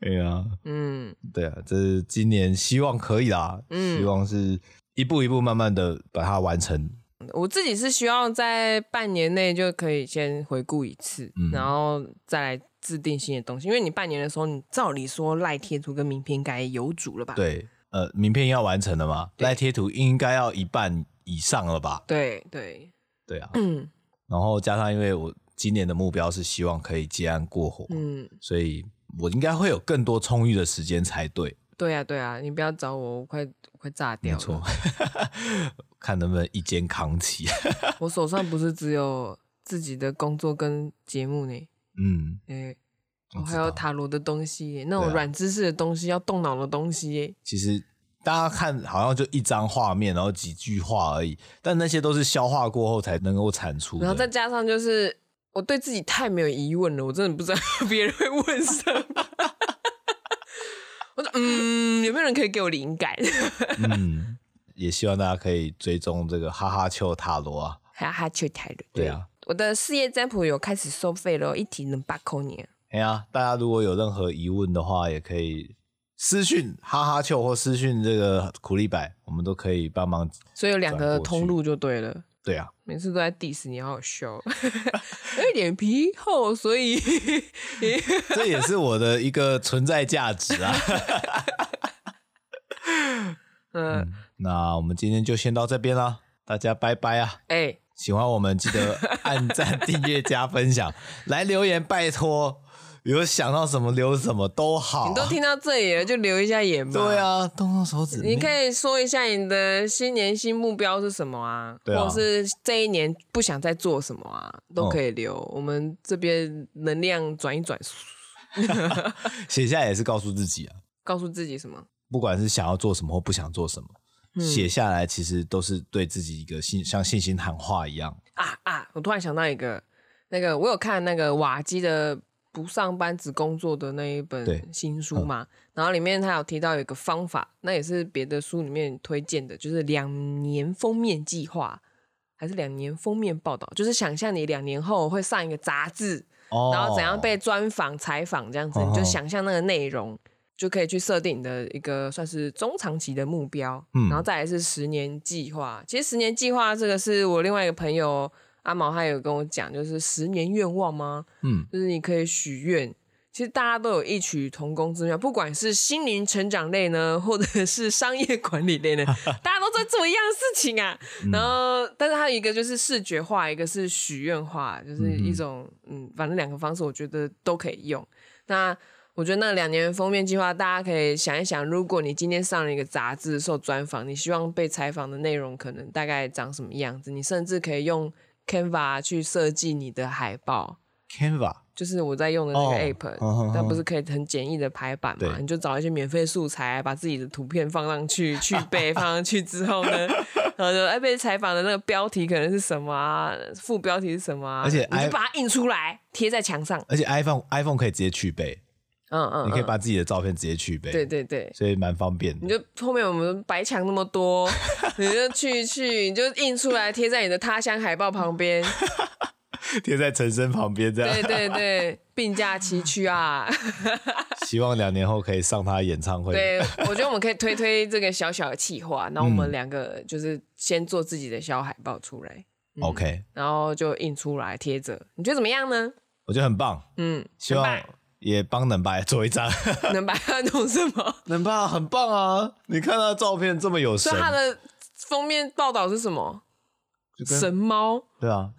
[SPEAKER 2] 对啊，
[SPEAKER 1] 嗯，
[SPEAKER 2] 对啊，这是今年希望可以啦，希望是一步一步慢慢的把它完成。
[SPEAKER 1] 我自己是希望在半年内就可以先回顾一次，
[SPEAKER 2] 嗯
[SPEAKER 1] 然后再来制定新的东西。因为你半年的时候，你照理说赖贴图跟名片该有主了吧？
[SPEAKER 2] 对，呃，名片要完成了嘛，
[SPEAKER 1] 啊对
[SPEAKER 2] 赖贴图应该要一半以上了吧？
[SPEAKER 1] 对对，
[SPEAKER 2] 对啊，
[SPEAKER 1] 嗯
[SPEAKER 2] 然后加上因为我今年的目标是希望可以接案过火，
[SPEAKER 1] 嗯。
[SPEAKER 2] 所以我应该会有更多充裕的时间才对。
[SPEAKER 1] 对啊，对啊，你不要找我，我快我快炸
[SPEAKER 2] 没
[SPEAKER 1] 掉了。
[SPEAKER 2] 错， 看能不能一肩扛起。
[SPEAKER 1] 我手上不是只有自己的工作跟节目呢，
[SPEAKER 2] 嗯，
[SPEAKER 1] 哎，
[SPEAKER 2] 我
[SPEAKER 1] 我
[SPEAKER 2] 知
[SPEAKER 1] 还有
[SPEAKER 2] 道
[SPEAKER 1] 塔罗的东西耶，那种
[SPEAKER 2] 对啊
[SPEAKER 1] 软知识的东西，要动脑的东西耶。
[SPEAKER 2] 其实大家看好像就一张画面，然后几句话而已，但那些都是消化过后才能够产出的。
[SPEAKER 1] 然后再加上就是我对自己太没有疑问了，我真的不知道 别人会问什么。我说，嗯，有没有人可以给我灵感？
[SPEAKER 2] 嗯， 也希望大家可以追踪这个哈哈丘塔罗啊。
[SPEAKER 1] 哈哈，秋太了。
[SPEAKER 2] 对啊，
[SPEAKER 1] 我的事业占卜有开始收费了，一题能八扣你。
[SPEAKER 2] 哎呀，大家如果有任何疑问的话，也可以私讯哈哈丘或私讯这个苦力白，我们都可以帮忙。
[SPEAKER 1] 所以有两
[SPEAKER 2] 转
[SPEAKER 1] 个
[SPEAKER 2] 过去
[SPEAKER 1] 通路就对了。
[SPEAKER 2] 对啊，
[SPEAKER 1] 每次都在 diss 你，好好笑， 因为脸皮厚，所以
[SPEAKER 2] 这也是我的一个存在价值 啊。
[SPEAKER 1] 嗯，
[SPEAKER 2] 那我们今天就先到这边啦，大家拜拜啊！
[SPEAKER 1] 哎、
[SPEAKER 2] 喜欢我们记得按赞、订阅、加分享，来留言拜托，有想到什么留什么都好。啊
[SPEAKER 1] 你都听到这里了，就留一下言吧。
[SPEAKER 2] 对，啊，动动手指，
[SPEAKER 1] 你可以说一下你的新年新目标是什么啊？
[SPEAKER 2] 对啊哦
[SPEAKER 1] 或者是这一年不想再做什么啊，都可以留。我们这边能量转一转，
[SPEAKER 2] 写下来也是告诉自己啊，
[SPEAKER 1] 告诉自己什么？
[SPEAKER 2] 不管是想要做什么或不想做什么，
[SPEAKER 1] 嗯
[SPEAKER 2] 写下来其实都是对自己一个信，像信心喊话一样。
[SPEAKER 1] 啊啊！我突然想到一个，那个我有看那个瓦基的《不上班只工作》的那一
[SPEAKER 2] 对嗯
[SPEAKER 1] 本新书嘛，然后里面他有提到有一个方法，那也是别的书里面推荐的，就是两年封面计划，还是两年封面报道，就是想象你两年后会上一个杂志，
[SPEAKER 2] 哦，
[SPEAKER 1] 然后怎样被专访、采访这样子，
[SPEAKER 2] 哦
[SPEAKER 1] 你就想象那个内容，就可以去设定你的一个算是中长期的目标，
[SPEAKER 2] 嗯
[SPEAKER 1] 然后再来是十年计划。其实十年计划这个是我另外一个朋友阿毛，他有跟我讲，就是十年愿望吗？
[SPEAKER 2] 嗯，
[SPEAKER 1] 就是你可以许愿。其实大家都有异曲同工之妙，不管是心灵成长类呢，或者是商业管理类呢，大家都在做一样的事情啊。然后，但是它有一个就是视觉化，一个是许愿化，就是一种嗯，反正两个方式我觉得都可以用。那我觉得那两年封面计划，大家可以想一想，如果你今天上了一个杂志受专访，你希望被采访的内容可能大概长什么样子？你甚至可以用 Canva 去设计你的海报。
[SPEAKER 2] Canva
[SPEAKER 1] 就是我在用的那个
[SPEAKER 2] 哦
[SPEAKER 1] app，、
[SPEAKER 2] 嗯哼
[SPEAKER 1] 它
[SPEAKER 2] 哼
[SPEAKER 1] 不是可以很简易的排版嘛？
[SPEAKER 2] 对
[SPEAKER 1] 你就找一些免费素材，把自己的图片放上去，去背放上去之后呢，然后就哎被采访的那个标题可能是什么啊，副标题是什么啊，
[SPEAKER 2] 而且
[SPEAKER 1] 你就
[SPEAKER 2] I-
[SPEAKER 1] 把它印出来贴在墙上，
[SPEAKER 2] 而且 iPhone iPhone 可以直接去背，
[SPEAKER 1] 嗯嗯，
[SPEAKER 2] 你可以
[SPEAKER 1] 嗯
[SPEAKER 2] 把自己的照片直接去背，
[SPEAKER 1] 对对对。
[SPEAKER 2] 所以蛮方便
[SPEAKER 1] 你
[SPEAKER 2] 的。
[SPEAKER 1] 就后面我们白墙那么多，你就去去，你就印出来贴在你的他乡海报 旁边。
[SPEAKER 2] 贴在陈生旁边这
[SPEAKER 1] 对
[SPEAKER 2] 样，
[SPEAKER 1] 对对，并驾齐驱啊！
[SPEAKER 2] 希望两年后可以上他的演唱会。
[SPEAKER 1] 对，我觉得我们可以推推这个小小的企划，然后我
[SPEAKER 2] 嗯
[SPEAKER 1] 们两个就是先做自己的小海报出来，
[SPEAKER 2] OK，
[SPEAKER 1] 然后就印出来贴着，你觉得怎么样呢？
[SPEAKER 2] 我觉得很棒，
[SPEAKER 1] 嗯，
[SPEAKER 2] 希
[SPEAKER 1] 能
[SPEAKER 2] 望
[SPEAKER 1] 吧
[SPEAKER 2] 也帮能爸做一张。
[SPEAKER 1] 能把它弄什么？
[SPEAKER 2] 能吧，很棒啊！你看他的照片这么有神
[SPEAKER 1] 所以，它的封面报道是什么？
[SPEAKER 2] 就跟
[SPEAKER 1] 神猫？
[SPEAKER 2] 对啊，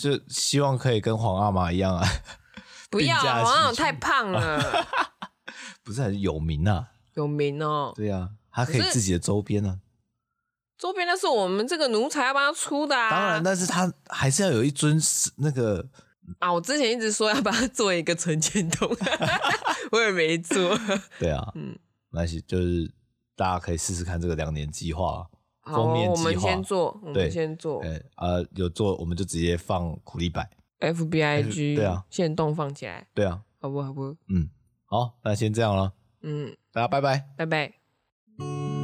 [SPEAKER 2] 就就希望可以跟黄阿玛一样啊，
[SPEAKER 1] 不要，
[SPEAKER 2] 并驾齐驱
[SPEAKER 1] 好像太 胖了，
[SPEAKER 2] 不是很有名啊？
[SPEAKER 1] 有名哦。
[SPEAKER 2] 对啊，他可以
[SPEAKER 1] 可是
[SPEAKER 2] 自己的周边啊。
[SPEAKER 1] 周边那是我们这个奴才要帮他出的啊。
[SPEAKER 2] 当然，但是他还是要有一尊是那个
[SPEAKER 1] 啊，我之前一直说要帮他做一个存钱筒， 我也 没做。
[SPEAKER 2] 对啊，嗯，那些就是大家可以试试看这个两年计划。啊
[SPEAKER 1] 好，哦
[SPEAKER 2] 封面
[SPEAKER 1] 我
[SPEAKER 2] 计
[SPEAKER 1] 们
[SPEAKER 2] 划
[SPEAKER 1] 先做，我们
[SPEAKER 2] 对
[SPEAKER 1] 先做。
[SPEAKER 2] 呃呃，有做我们就直接放苦力摆。
[SPEAKER 1] F B I G
[SPEAKER 2] 对啊
[SPEAKER 1] 限动放起来，
[SPEAKER 2] 对啊，
[SPEAKER 1] 好不好不？
[SPEAKER 2] 嗯，好，那先这样了，
[SPEAKER 1] 嗯，
[SPEAKER 2] 大家拜拜。
[SPEAKER 1] 拜拜。
[SPEAKER 2] 嗯